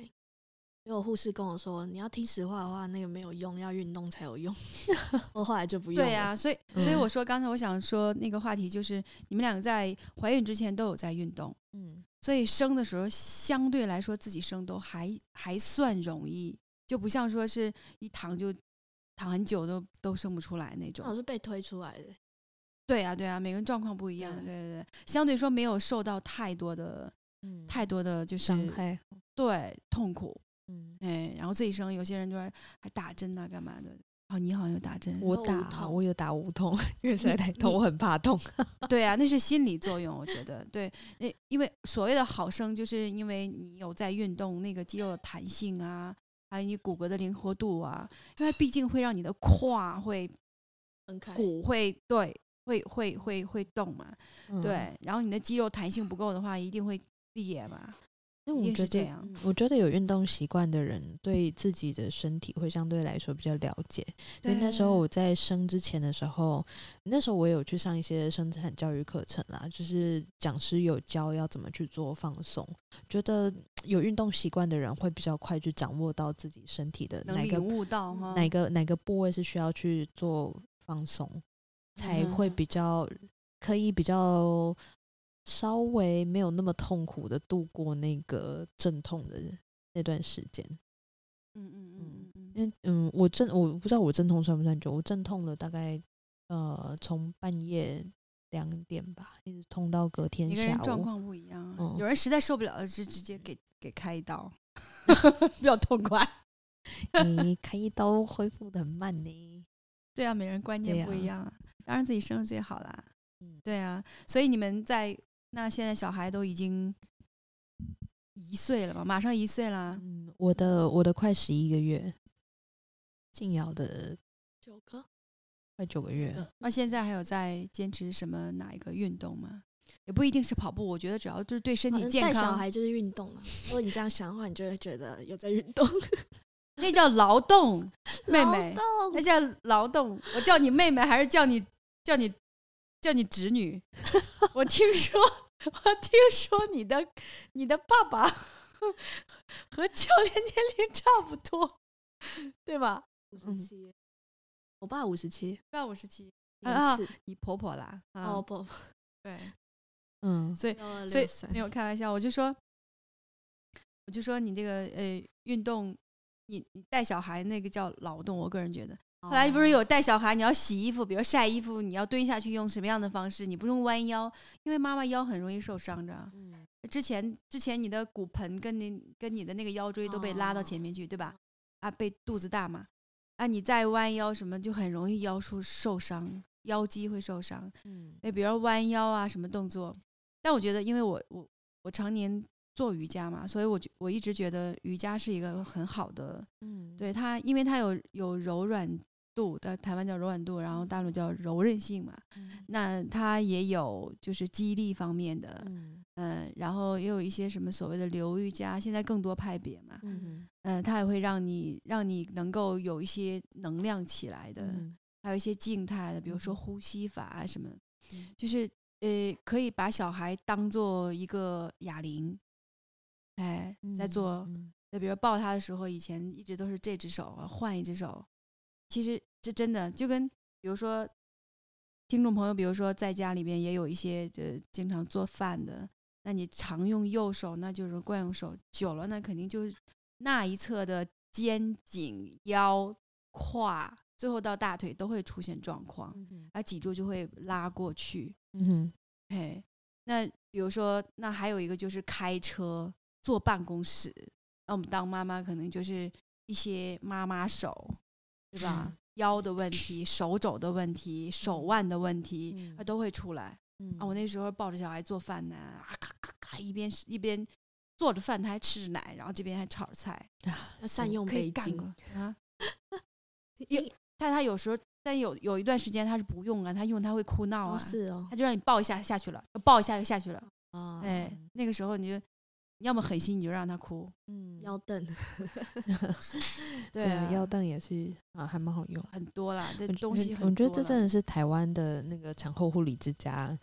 [SPEAKER 5] 因为我护士跟我说，你要听实话的话，那个没有用，要运动才有用。 我后来就不用了。
[SPEAKER 3] 对啊呀、所以所以
[SPEAKER 4] 嗯
[SPEAKER 3] 我说刚才我想说那个话题就是你们两个在怀孕之前都有在运动，
[SPEAKER 4] 嗯
[SPEAKER 3] 所以生的时候相对来说自己生都还还算容易，就不像说是一躺就躺很久都都生不出来那种
[SPEAKER 4] 哦
[SPEAKER 5] 那我。是被推出来的。
[SPEAKER 3] 对呀、对呀、啊每个人状况不一样，
[SPEAKER 4] 啊
[SPEAKER 3] 对
[SPEAKER 5] 对
[SPEAKER 3] 对对，相对说没有受到太多的
[SPEAKER 4] 嗯，
[SPEAKER 3] 太多的就是
[SPEAKER 4] 伤害，
[SPEAKER 3] 对痛苦，
[SPEAKER 4] 嗯，
[SPEAKER 3] 哎，然后自己生，有些人就还还打针呐、干嘛的。哦，你好像有打针，
[SPEAKER 4] 我
[SPEAKER 5] 有无
[SPEAKER 4] 打
[SPEAKER 5] 痛
[SPEAKER 4] 我有打无痛， 因为实在
[SPEAKER 3] 你
[SPEAKER 4] 太痛，
[SPEAKER 3] 你
[SPEAKER 4] 我很怕痛。
[SPEAKER 3] 对啊，那是心理作用，我觉得对。那因为所谓的好生，就是因为你有在运动，那个肌肉的弹性啊，还有你骨骼的灵活度啊，因为它毕竟会让你的胯会
[SPEAKER 5] 分开。
[SPEAKER 3] 骨会对会会会会动嘛，
[SPEAKER 4] 嗯，
[SPEAKER 3] 对。然后你的肌肉弹性不够的话，一定会裂嘛，
[SPEAKER 4] 因为
[SPEAKER 3] 一
[SPEAKER 4] 我
[SPEAKER 3] 定
[SPEAKER 4] 觉
[SPEAKER 3] 是这
[SPEAKER 4] 得
[SPEAKER 3] 样。
[SPEAKER 4] 我觉得有运动习惯的人，对自己的身体会相对来说比较了解。因为那时候我在生之前的时候，那时候我有去上一些生产教育课程啦，就是讲师有教要怎么去做放松。觉得有运动习惯的人会比较快去掌握到自己身体的
[SPEAKER 3] 能嗯
[SPEAKER 4] 哪个
[SPEAKER 3] 领悟到哈，
[SPEAKER 4] 哪个哪个部位是需要去做放松，才会
[SPEAKER 3] 嗯
[SPEAKER 4] 比较可以比较稍微没有那么痛苦的度过那个阵痛的那段时间。
[SPEAKER 3] 嗯嗯嗯嗯嗯，
[SPEAKER 4] 因为嗯，我阵我不知道我阵痛算不算久，我阵痛了大概呃从半夜两点吧，一直痛到隔天
[SPEAKER 3] 每个
[SPEAKER 4] 下
[SPEAKER 3] 人状
[SPEAKER 4] 午。
[SPEAKER 3] 况不一样啊
[SPEAKER 4] 哦嗯，
[SPEAKER 3] 有人实在受不了了，就直接给给开一 刀， 比较痛快。
[SPEAKER 4] 你开一刀恢复的很慢呢。
[SPEAKER 3] 对啊，每人观
[SPEAKER 4] 对
[SPEAKER 3] 念
[SPEAKER 4] 呀
[SPEAKER 3] 不一样啊，当然自己生是最好啦。
[SPEAKER 4] 嗯
[SPEAKER 3] 对啊，所以你们在那现在小孩都已经一岁了嘛，马上一岁啦。
[SPEAKER 4] 嗯，我的我的快十一个月，静瑶的
[SPEAKER 5] 九个，
[SPEAKER 4] 快九个月。
[SPEAKER 3] 那现在还有在坚持什么哪一个运动吗？也不一定是跑步，我觉得只要就是对身
[SPEAKER 5] 好
[SPEAKER 3] 体
[SPEAKER 5] 像
[SPEAKER 3] 健
[SPEAKER 5] 带小
[SPEAKER 3] 康，
[SPEAKER 5] 孩就是运动了。如果你这样想的话，你就会觉得有在运动。
[SPEAKER 3] 那叫劳 动，妹妹
[SPEAKER 5] 劳，动
[SPEAKER 3] 那叫劳动。我叫你妹妹还是叫你叫你叫你侄女？
[SPEAKER 5] 我听说，我听说你的你的爸爸 和教练年龄差不多，对吧？五
[SPEAKER 3] 十
[SPEAKER 5] 七，我爸五十七，
[SPEAKER 3] 到五十七，
[SPEAKER 5] 啊，
[SPEAKER 3] 你婆婆啦。啊
[SPEAKER 5] 哦，不，
[SPEAKER 3] 对，
[SPEAKER 4] 嗯
[SPEAKER 3] 所以
[SPEAKER 5] 所
[SPEAKER 3] 所以没有开玩笑，我就说，我就说你这个呃运动，你你带小孩那个叫劳动，我个人觉得。后来
[SPEAKER 5] 哦
[SPEAKER 3] 不是有带小孩，你要洗衣服，比如晒衣服，你要蹲下去，用什么样的方式？你不用弯腰，因为妈妈腰很容易受伤的。之前之前你的骨盆跟你跟你的那个腰椎都被拉到前面去，对吧？啊，被肚子大嘛，啊，你再弯腰什么就很容易腰受受伤，腰肌会受伤。
[SPEAKER 4] 嗯
[SPEAKER 3] 哎，比如弯腰啊什么动作。但我觉得，因为我我我常年做瑜伽嘛，所以我觉我一直觉得瑜伽是一个很好的，
[SPEAKER 4] 嗯，
[SPEAKER 3] 对它，因为它有有柔软度的，台湾叫柔软度，然后大陆叫柔韧性嘛。
[SPEAKER 4] 嗯
[SPEAKER 3] 那它也有就是肌力方面的，
[SPEAKER 4] 嗯
[SPEAKER 3] 嗯、然后也有一些什么所谓的流瑜伽，现在更多派别嘛，
[SPEAKER 4] 嗯
[SPEAKER 3] 嗯、它也会让你让你能够有一些能量起来的。
[SPEAKER 4] 嗯
[SPEAKER 3] 还有一些静态的，比如说
[SPEAKER 4] 嗯
[SPEAKER 3] 呼吸法啊什么，就是呃，可以把小孩当做一个哑铃，哎，在做，
[SPEAKER 4] 嗯
[SPEAKER 3] 就比如抱他的时候，以前一直都是这只手啊换一只手，其实这真的就跟比如说听众朋友，比如说在家里边也有一些呃经常做饭的，那你常用右手，那就是惯用手，久了那肯定就是那一侧的肩颈腰胯，最后到大腿都会出现状况，
[SPEAKER 4] 嗯
[SPEAKER 3] 而脊柱就会拉过去。
[SPEAKER 4] 嗯
[SPEAKER 3] 哎，那比如说，那还有一个就是开车坐办公
[SPEAKER 4] 嗯
[SPEAKER 3] 室，那我们当妈妈可能就是一些妈妈手，对吧？腰的问题、手肘的问题、手腕的问题，它都会出来
[SPEAKER 4] 嗯
[SPEAKER 3] 啊啊。我那时候抱着小孩做饭呢，啊咔咔咔，一边一边做着饭，他还吃着奶，然后这边还炒着菜，嗯
[SPEAKER 5] 要善用
[SPEAKER 3] 可以
[SPEAKER 5] 北
[SPEAKER 3] 干
[SPEAKER 5] 京
[SPEAKER 3] 个啊。有，但他有时候，但有有一段时间他是不用啊，他用他会哭闹啊，
[SPEAKER 5] 是哦
[SPEAKER 3] 他就让你抱一下下去了，抱一下就下去了。
[SPEAKER 5] 啊，
[SPEAKER 3] 哎，那个时候你就你要么狠心，你就让他哭，
[SPEAKER 4] 嗯
[SPEAKER 5] 腰凳，
[SPEAKER 3] 对啊
[SPEAKER 4] 腰凳也是啊，还蛮好用。
[SPEAKER 3] 很多啦，这
[SPEAKER 4] 我觉
[SPEAKER 3] 东西
[SPEAKER 4] 我
[SPEAKER 3] 很
[SPEAKER 4] 觉
[SPEAKER 3] 多
[SPEAKER 4] 得这真
[SPEAKER 3] 了
[SPEAKER 4] 的是台湾的那个产后护理之家，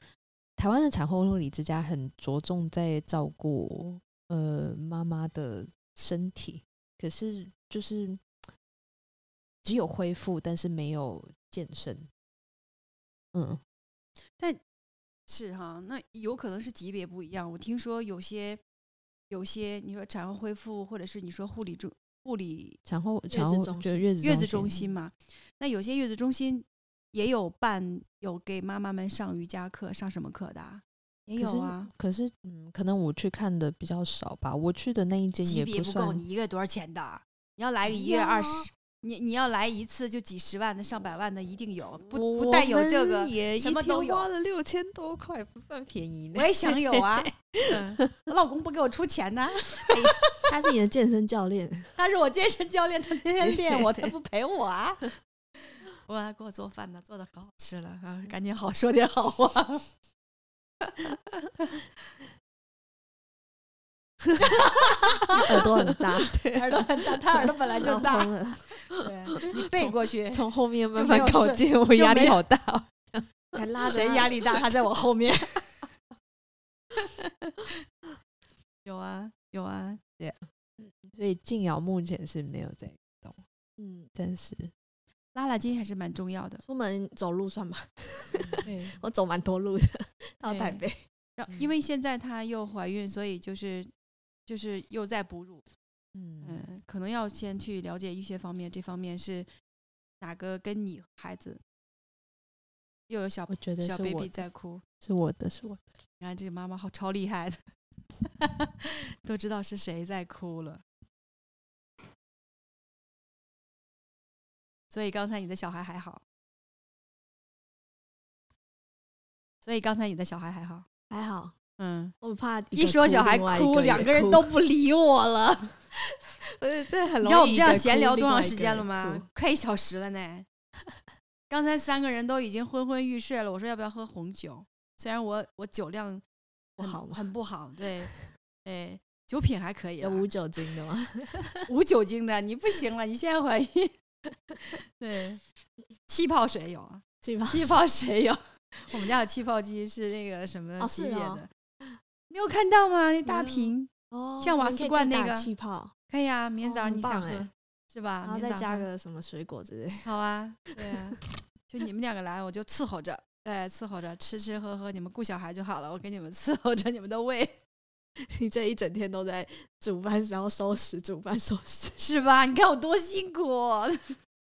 [SPEAKER 4] 台湾的产后护理之家很着重在照顾呃妈妈的身体，可是就是只有恢复，但是没有健身。嗯，
[SPEAKER 3] 是哈，那有可能是级别不一样。我听说有些有些你说产后恢复，或者是你说护理中护理
[SPEAKER 4] 产后
[SPEAKER 5] 子
[SPEAKER 4] 产后
[SPEAKER 5] 中
[SPEAKER 4] 就
[SPEAKER 5] 心
[SPEAKER 4] 月子
[SPEAKER 3] 月子
[SPEAKER 4] 中嗯
[SPEAKER 3] 中心嘛，那有些月子中心也有办有给妈妈们上瑜伽课，上什么课的、啊、也
[SPEAKER 4] 可
[SPEAKER 3] 有
[SPEAKER 4] 是
[SPEAKER 3] 啊。
[SPEAKER 4] 可是嗯，可能我去看的比较少吧，我去的那一间
[SPEAKER 3] 级
[SPEAKER 4] 也
[SPEAKER 3] 别不够，
[SPEAKER 4] 算
[SPEAKER 3] 你一个月多少钱的？啊你要来个
[SPEAKER 6] 哎
[SPEAKER 3] 一月二
[SPEAKER 6] 呀
[SPEAKER 3] 十，你你要来一次就几十万的、上百万的一定有，不
[SPEAKER 4] 我
[SPEAKER 3] 不但有这
[SPEAKER 4] 们
[SPEAKER 3] 个，
[SPEAKER 4] 也
[SPEAKER 3] 什
[SPEAKER 4] 一
[SPEAKER 3] 么
[SPEAKER 4] 天
[SPEAKER 3] 都有
[SPEAKER 4] 花了六千多块，不算便宜呢
[SPEAKER 3] 我。也想有啊。嗯我 老公不给我出钱呢、
[SPEAKER 5] 他是你的健身教练，
[SPEAKER 3] 他是我健身教练，他天天 练我，他不陪我 啊。我还给我做饭呢，做的可好吃了啊！赶紧好说点好话。
[SPEAKER 5] 耳朵很大，
[SPEAKER 3] 耳朵很大，他耳朵本来就
[SPEAKER 5] 然
[SPEAKER 3] 大
[SPEAKER 5] 后，呢
[SPEAKER 3] 对，你背过去，
[SPEAKER 4] 从后面慢
[SPEAKER 3] 就
[SPEAKER 4] 慢
[SPEAKER 3] 没有
[SPEAKER 4] 靠
[SPEAKER 3] 睡
[SPEAKER 4] 近，我
[SPEAKER 3] 就
[SPEAKER 4] 压
[SPEAKER 3] 没
[SPEAKER 4] 力
[SPEAKER 3] 有
[SPEAKER 4] 好大、哦。
[SPEAKER 5] 还拉着
[SPEAKER 3] 谁
[SPEAKER 5] 他
[SPEAKER 3] 压力大，他在我后面。有啊，有啊，
[SPEAKER 4] 所以静瑶目前是没有在运动，
[SPEAKER 5] 嗯，
[SPEAKER 4] 但是
[SPEAKER 3] 拉拉筋还是蛮重要的。
[SPEAKER 5] 出门走路算吧，
[SPEAKER 3] 对，
[SPEAKER 5] 我走蛮多路的，到
[SPEAKER 3] 对
[SPEAKER 5] 台北。
[SPEAKER 3] 然后因为现在她又怀孕，所以就是就是又在哺乳，
[SPEAKER 4] 嗯，
[SPEAKER 3] 嗯，可能要先去了解医学方面，这方面是哪个跟你孩子又有小
[SPEAKER 4] 我觉得
[SPEAKER 3] 小
[SPEAKER 4] 是我
[SPEAKER 3] baby
[SPEAKER 4] 的
[SPEAKER 3] 在哭，
[SPEAKER 4] 是我的，是我的。
[SPEAKER 3] 你看这个妈妈好超厉害的， 都知道是谁在哭了。所以刚才你的小孩还好，所以刚才你的小孩还好，
[SPEAKER 5] 还好，
[SPEAKER 3] 嗯，
[SPEAKER 5] 我怕
[SPEAKER 3] 一
[SPEAKER 5] 个
[SPEAKER 3] 说
[SPEAKER 5] 哭
[SPEAKER 3] 小孩
[SPEAKER 5] 另外一
[SPEAKER 3] 哭，
[SPEAKER 5] 个
[SPEAKER 3] 两
[SPEAKER 5] 也
[SPEAKER 3] 个人
[SPEAKER 5] 哭
[SPEAKER 3] 都不理我 了。
[SPEAKER 5] 不是这很容易。
[SPEAKER 3] 你知道我们这样闲聊多长时间了吗？？快一小时了呢。刚才三个人都已经昏昏欲睡了，我说要不要喝红酒？虽然我我酒量
[SPEAKER 5] 不
[SPEAKER 3] 很
[SPEAKER 5] 好吗？
[SPEAKER 3] 很不好， 对，哎，酒品还可以啊
[SPEAKER 5] 有
[SPEAKER 3] 啦，
[SPEAKER 5] 无酒精的吗？
[SPEAKER 3] 无酒精的，你不行了，你现在怀孕， 对，气泡水有啊，
[SPEAKER 5] 对吧？
[SPEAKER 3] 气泡水有， 我们家有气泡机，是那个什么
[SPEAKER 5] 哦
[SPEAKER 3] 吉
[SPEAKER 5] 是
[SPEAKER 3] 野的，
[SPEAKER 5] 哦
[SPEAKER 3] 没有看到吗？那大
[SPEAKER 5] 没有
[SPEAKER 3] 瓶，
[SPEAKER 5] 哦
[SPEAKER 3] 像瓦
[SPEAKER 5] 你可
[SPEAKER 3] 斯
[SPEAKER 5] 以
[SPEAKER 3] 罐
[SPEAKER 5] 再
[SPEAKER 3] 那
[SPEAKER 5] 打
[SPEAKER 3] 个
[SPEAKER 5] 气泡，
[SPEAKER 3] 可以啊，明天
[SPEAKER 5] 哦
[SPEAKER 3] 早上
[SPEAKER 5] 很
[SPEAKER 3] 你想
[SPEAKER 5] 棒
[SPEAKER 3] 喝、
[SPEAKER 5] 哎
[SPEAKER 3] 是吧？
[SPEAKER 5] 然后
[SPEAKER 3] 明天
[SPEAKER 5] 再
[SPEAKER 3] 早上
[SPEAKER 5] 加
[SPEAKER 3] 喝
[SPEAKER 5] 个什么水果之类的。
[SPEAKER 3] 好啊，对啊，就你们两个来，我就伺候着，对，伺候着，吃吃喝喝，你们顾小孩就好了，我给你们伺候着你们的胃，
[SPEAKER 5] 你这一整天都在煮饭，然后收拾，煮饭收拾。
[SPEAKER 3] 是吧？你看我多辛苦、哦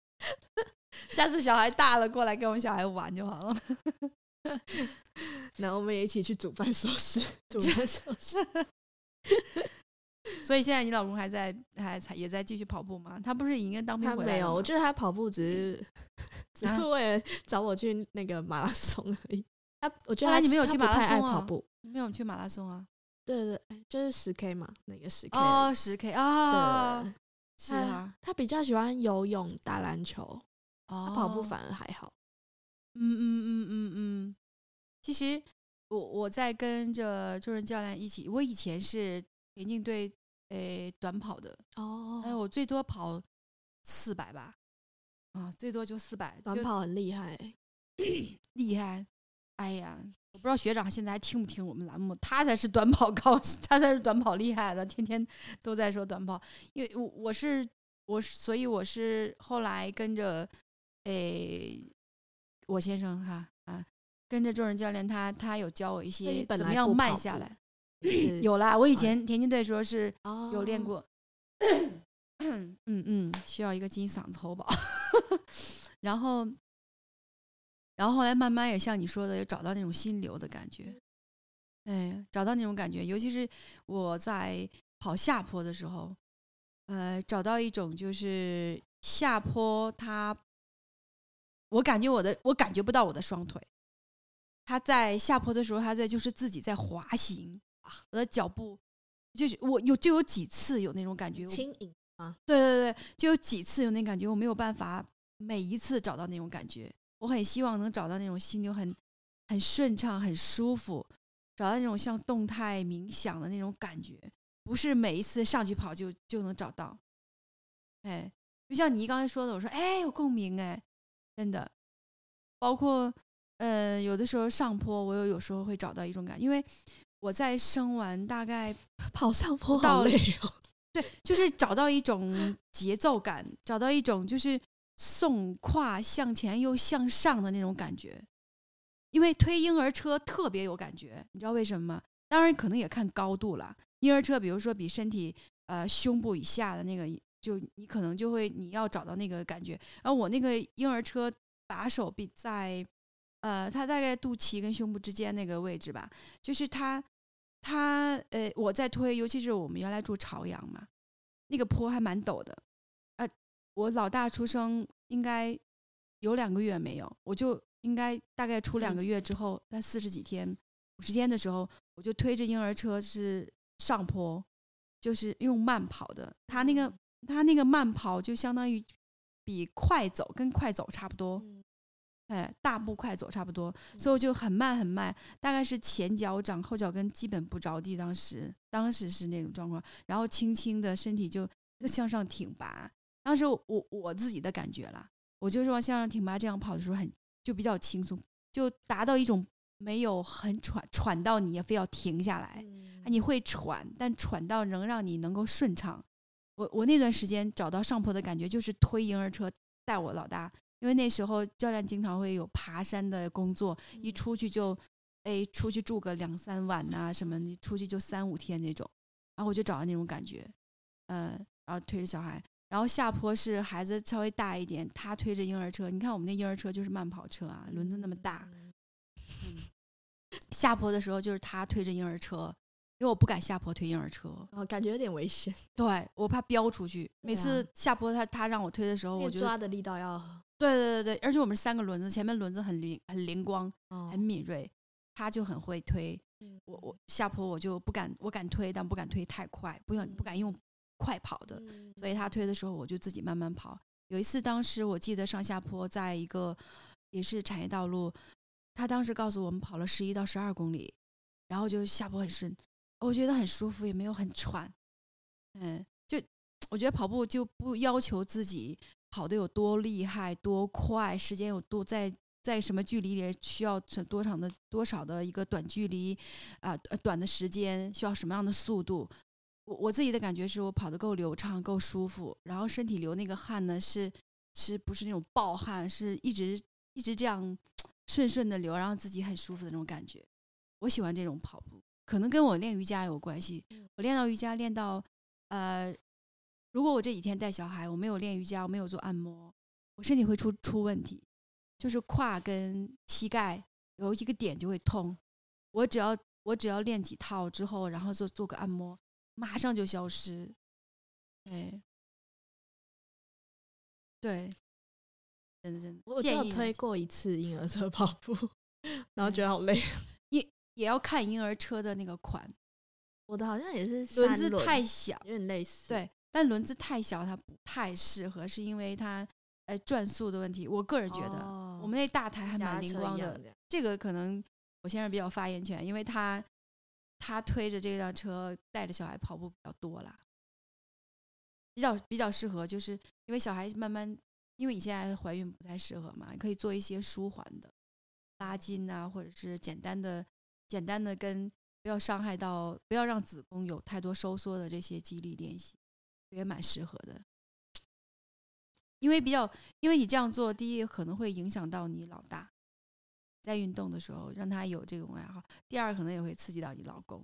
[SPEAKER 3] 下次小孩大了过来跟我们小孩玩就好了。
[SPEAKER 5] 然后我们也一起去煮饭收拾，煮饭收拾。
[SPEAKER 3] 所以现在你老公还在还才也在继续跑步吗？他不是应该当兵
[SPEAKER 5] 他
[SPEAKER 3] 回来
[SPEAKER 5] 没有，
[SPEAKER 3] 了
[SPEAKER 5] 我
[SPEAKER 3] 吗
[SPEAKER 5] 觉得他跑 步只是只是
[SPEAKER 3] 啊
[SPEAKER 5] 为了找我去那个马拉松而已。他我觉得
[SPEAKER 3] 后来
[SPEAKER 5] 他
[SPEAKER 3] 你没有
[SPEAKER 5] 他
[SPEAKER 3] 去
[SPEAKER 5] 不
[SPEAKER 3] 马拉
[SPEAKER 5] 太爱
[SPEAKER 3] 松啊
[SPEAKER 5] 跑步，
[SPEAKER 3] 你没有去马拉松啊？
[SPEAKER 5] 对对，对就是十 K 嘛，那个十 K。
[SPEAKER 3] 哦，十 K 啊，
[SPEAKER 5] 对，哎
[SPEAKER 3] 是啊，
[SPEAKER 5] 他比较喜欢游泳、打篮球，
[SPEAKER 3] 哦
[SPEAKER 5] 他，跑步反而还好。
[SPEAKER 3] 嗯嗯嗯嗯嗯，其实我我在跟着周润教练一起，我以前是田径队诶短跑的，
[SPEAKER 5] 哦
[SPEAKER 3] 哎，我最多跑四百吧，啊，最多就四百，
[SPEAKER 5] 短跑很厉害，欸
[SPEAKER 3] 厉害！哎呀，我不知道学长现在还听不听我们栏目，他才是短跑高，他才是短跑厉害的，天天都在说短跑。因为我我是我是，所以我是后来跟着诶、我先生哈啊，跟着周人教练他，他有教我一
[SPEAKER 5] 那你
[SPEAKER 3] 些
[SPEAKER 5] 本
[SPEAKER 3] 怎么
[SPEAKER 5] 来
[SPEAKER 3] 样
[SPEAKER 5] 不
[SPEAKER 3] 慢
[SPEAKER 5] 跑
[SPEAKER 3] 下
[SPEAKER 5] 步
[SPEAKER 3] 来。
[SPEAKER 5] 就是啊
[SPEAKER 3] 有啦，我以前田径队的时候是
[SPEAKER 5] 哦
[SPEAKER 3] 有练过。嗯嗯，需要一个金嗓子喉宝。 然后，然后后来慢慢也像你说的，有找到那种心流的感觉。哎，找到那种感觉，尤其是我在跑下坡的时候，呃，找到一种就是下坡它我感觉我的我感觉不到我的双腿。他在下坡的时候，他在就是自己在滑行，啊我的脚步就我有就有几次有那种感觉，我
[SPEAKER 5] 轻盈
[SPEAKER 3] 对对对，就有几次有那感觉，我没有办法每一次找到那种感觉。我很希望能找到那种心流很很顺畅、很舒服，找到那种像动态冥想的那种感觉，不是每一次上去跑就就能找到。哎，就像你刚才说的，我说哎有共鸣哎，真的，包括呃有的时候上坡，我有有时候会找到一种感因为我在升完大概
[SPEAKER 5] 跑上坡
[SPEAKER 3] 到
[SPEAKER 5] 好累哦。
[SPEAKER 3] 对，就是找到一种节奏感，找到一种就是送胯向前又向上的那种感觉。因为推婴儿车特别有感觉，你知道为什么吗？当然可能也看高度了。婴儿车，比如说比身体呃胸部以下的那个，就你可能就会你要找到那个感觉。而我那个婴儿车把手臂在呃，它大概肚脐跟胸部之间那个位置吧，就是它它呃，我在推，尤其是我们原来住朝阳嘛，那个坡还蛮陡的。呃，我老大出生应该有两个月没有，我就应该大概出两个月之后，在四十几天、五十天的时候，我就推着婴儿车是上坡，就是用慢跑的。他那个他那个慢跑就相当于比快走跟快走差不多，哎，大步快走差不多，所以我就很慢很慢，大概是前脚掌、后脚跟基本不着地，当时当时是那种状况，然后轻轻的身体就就向上挺拔，当时我我我自己的感觉啦，我就是往向上挺拔这样跑的时候很就比较轻松，就达到一种没有很喘喘到你也非要停下来，啊你会喘，但喘到能让你能够顺畅。我我那段时间找到上坡的感觉，就是推婴儿车带我老大，因为那时候教练经常会有爬山的工作，一出去就，哎，出去住个两三晚呐、什么，你出去就三五天那种，然后我就找到那种感觉，嗯、然后推着小孩，然后下坡是孩子稍微大一点，他推着婴儿车，你看我们那婴儿车就是慢跑车啊，轮子那么
[SPEAKER 5] 嗯
[SPEAKER 3] 大，下坡的时候就是他推着婴儿车，因为我不敢下坡推婴儿车，
[SPEAKER 5] 哦，感觉有点危险，
[SPEAKER 3] 对我怕飙出去。每
[SPEAKER 5] 对啊
[SPEAKER 3] 次下坡他他让我推的时候，哦
[SPEAKER 5] 因
[SPEAKER 3] 我
[SPEAKER 5] 为
[SPEAKER 3] 觉得
[SPEAKER 5] 抓的力道要
[SPEAKER 3] 对对对对，而且我们是三个轮子，前面轮子很灵很灵光，
[SPEAKER 5] 哦嗯
[SPEAKER 3] 很敏锐，他就很会推。我我下坡我就不敢，我敢推，但不敢推太快，不想不敢用快跑的，
[SPEAKER 5] 嗯
[SPEAKER 3] 所以他推的时候我就自己慢慢跑。有一次，当时我记得上下坡，在一个也是产业道路，他当时告诉我们跑了十一到十二公里，然后就下坡很顺，我觉得很舒服，也没有很喘，嗯，就我觉得跑步就不要求自己跑得有多厉害、多快，时间有多在在什么距离里需要是多长的多少的一个短距离啊、呃短的时间需要什么样的速度。我我自己的感觉是我跑得够流畅、够舒服，然后身体流那个汗呢是是不是那种暴汗，是一直一直这样顺顺的流，然后自己很舒服的那种感觉。我喜欢这种跑步，可能跟我练瑜伽有关系。
[SPEAKER 5] 嗯
[SPEAKER 3] 我练到瑜伽练到呃，如果我这几天带小孩，我没有练瑜伽，我没有做按摩，我身体会出出问题，就是胯跟膝盖有一个点就会痛。我只要我只要练几套之后，然后做做个按摩，马上就消失。哎，对，真的真的，
[SPEAKER 5] 我只
[SPEAKER 3] 建
[SPEAKER 5] 有
[SPEAKER 3] 议
[SPEAKER 5] 推过一次婴儿车跑步，然后
[SPEAKER 3] 嗯
[SPEAKER 5] 觉得好累。
[SPEAKER 3] 也要看婴儿车的那个款，
[SPEAKER 5] 我的好像也是
[SPEAKER 3] 轮
[SPEAKER 5] 三
[SPEAKER 3] 子太小。
[SPEAKER 5] 有点类似，
[SPEAKER 3] 对，但轮子太小，它不太适合，是因为它呃转速的问题。我个人觉得，
[SPEAKER 5] 哦
[SPEAKER 3] 我们那大台还蛮灵光
[SPEAKER 5] 的
[SPEAKER 3] 的，，这个可能我先生比较有发言权，因为他他推着这辆车带着小孩跑步比较多啦，比较比较适合，就是因为小孩慢慢，因为你现在怀孕不太适合嘛，可以做一些舒缓的拉筋啊，或者是简单的简单的跟不要伤害到，不要让子宫有太多收缩的这些肌力练习，也蛮适合的。因为比较，因为你这样做，第一可能会影响到你老大，在运动的时候让他有这种爱好。第二，可能也会刺激到你老公。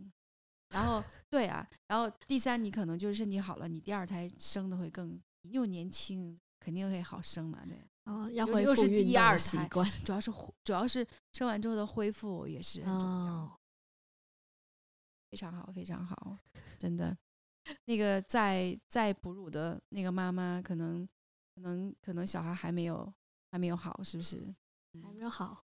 [SPEAKER 3] 然后，对啊，然后第三，你可能就是身体好了，你第二胎生的会更，你又年轻，肯定会好生嘛。对，
[SPEAKER 5] 哦，要
[SPEAKER 3] 又
[SPEAKER 5] 恢
[SPEAKER 3] 又
[SPEAKER 5] 复
[SPEAKER 3] 是
[SPEAKER 5] 运
[SPEAKER 3] 第
[SPEAKER 5] 动
[SPEAKER 3] 二
[SPEAKER 5] 的习
[SPEAKER 3] 胎
[SPEAKER 5] 惯
[SPEAKER 3] 主要是恢主要是生完之后的恢复也是很重要，
[SPEAKER 5] 哦，
[SPEAKER 3] 非常好，非常好，真的。那个在在哺乳的那个妈妈，可能可能可能小孩还没有
[SPEAKER 7] 还没有好，是不是？
[SPEAKER 3] 嗯还没有好，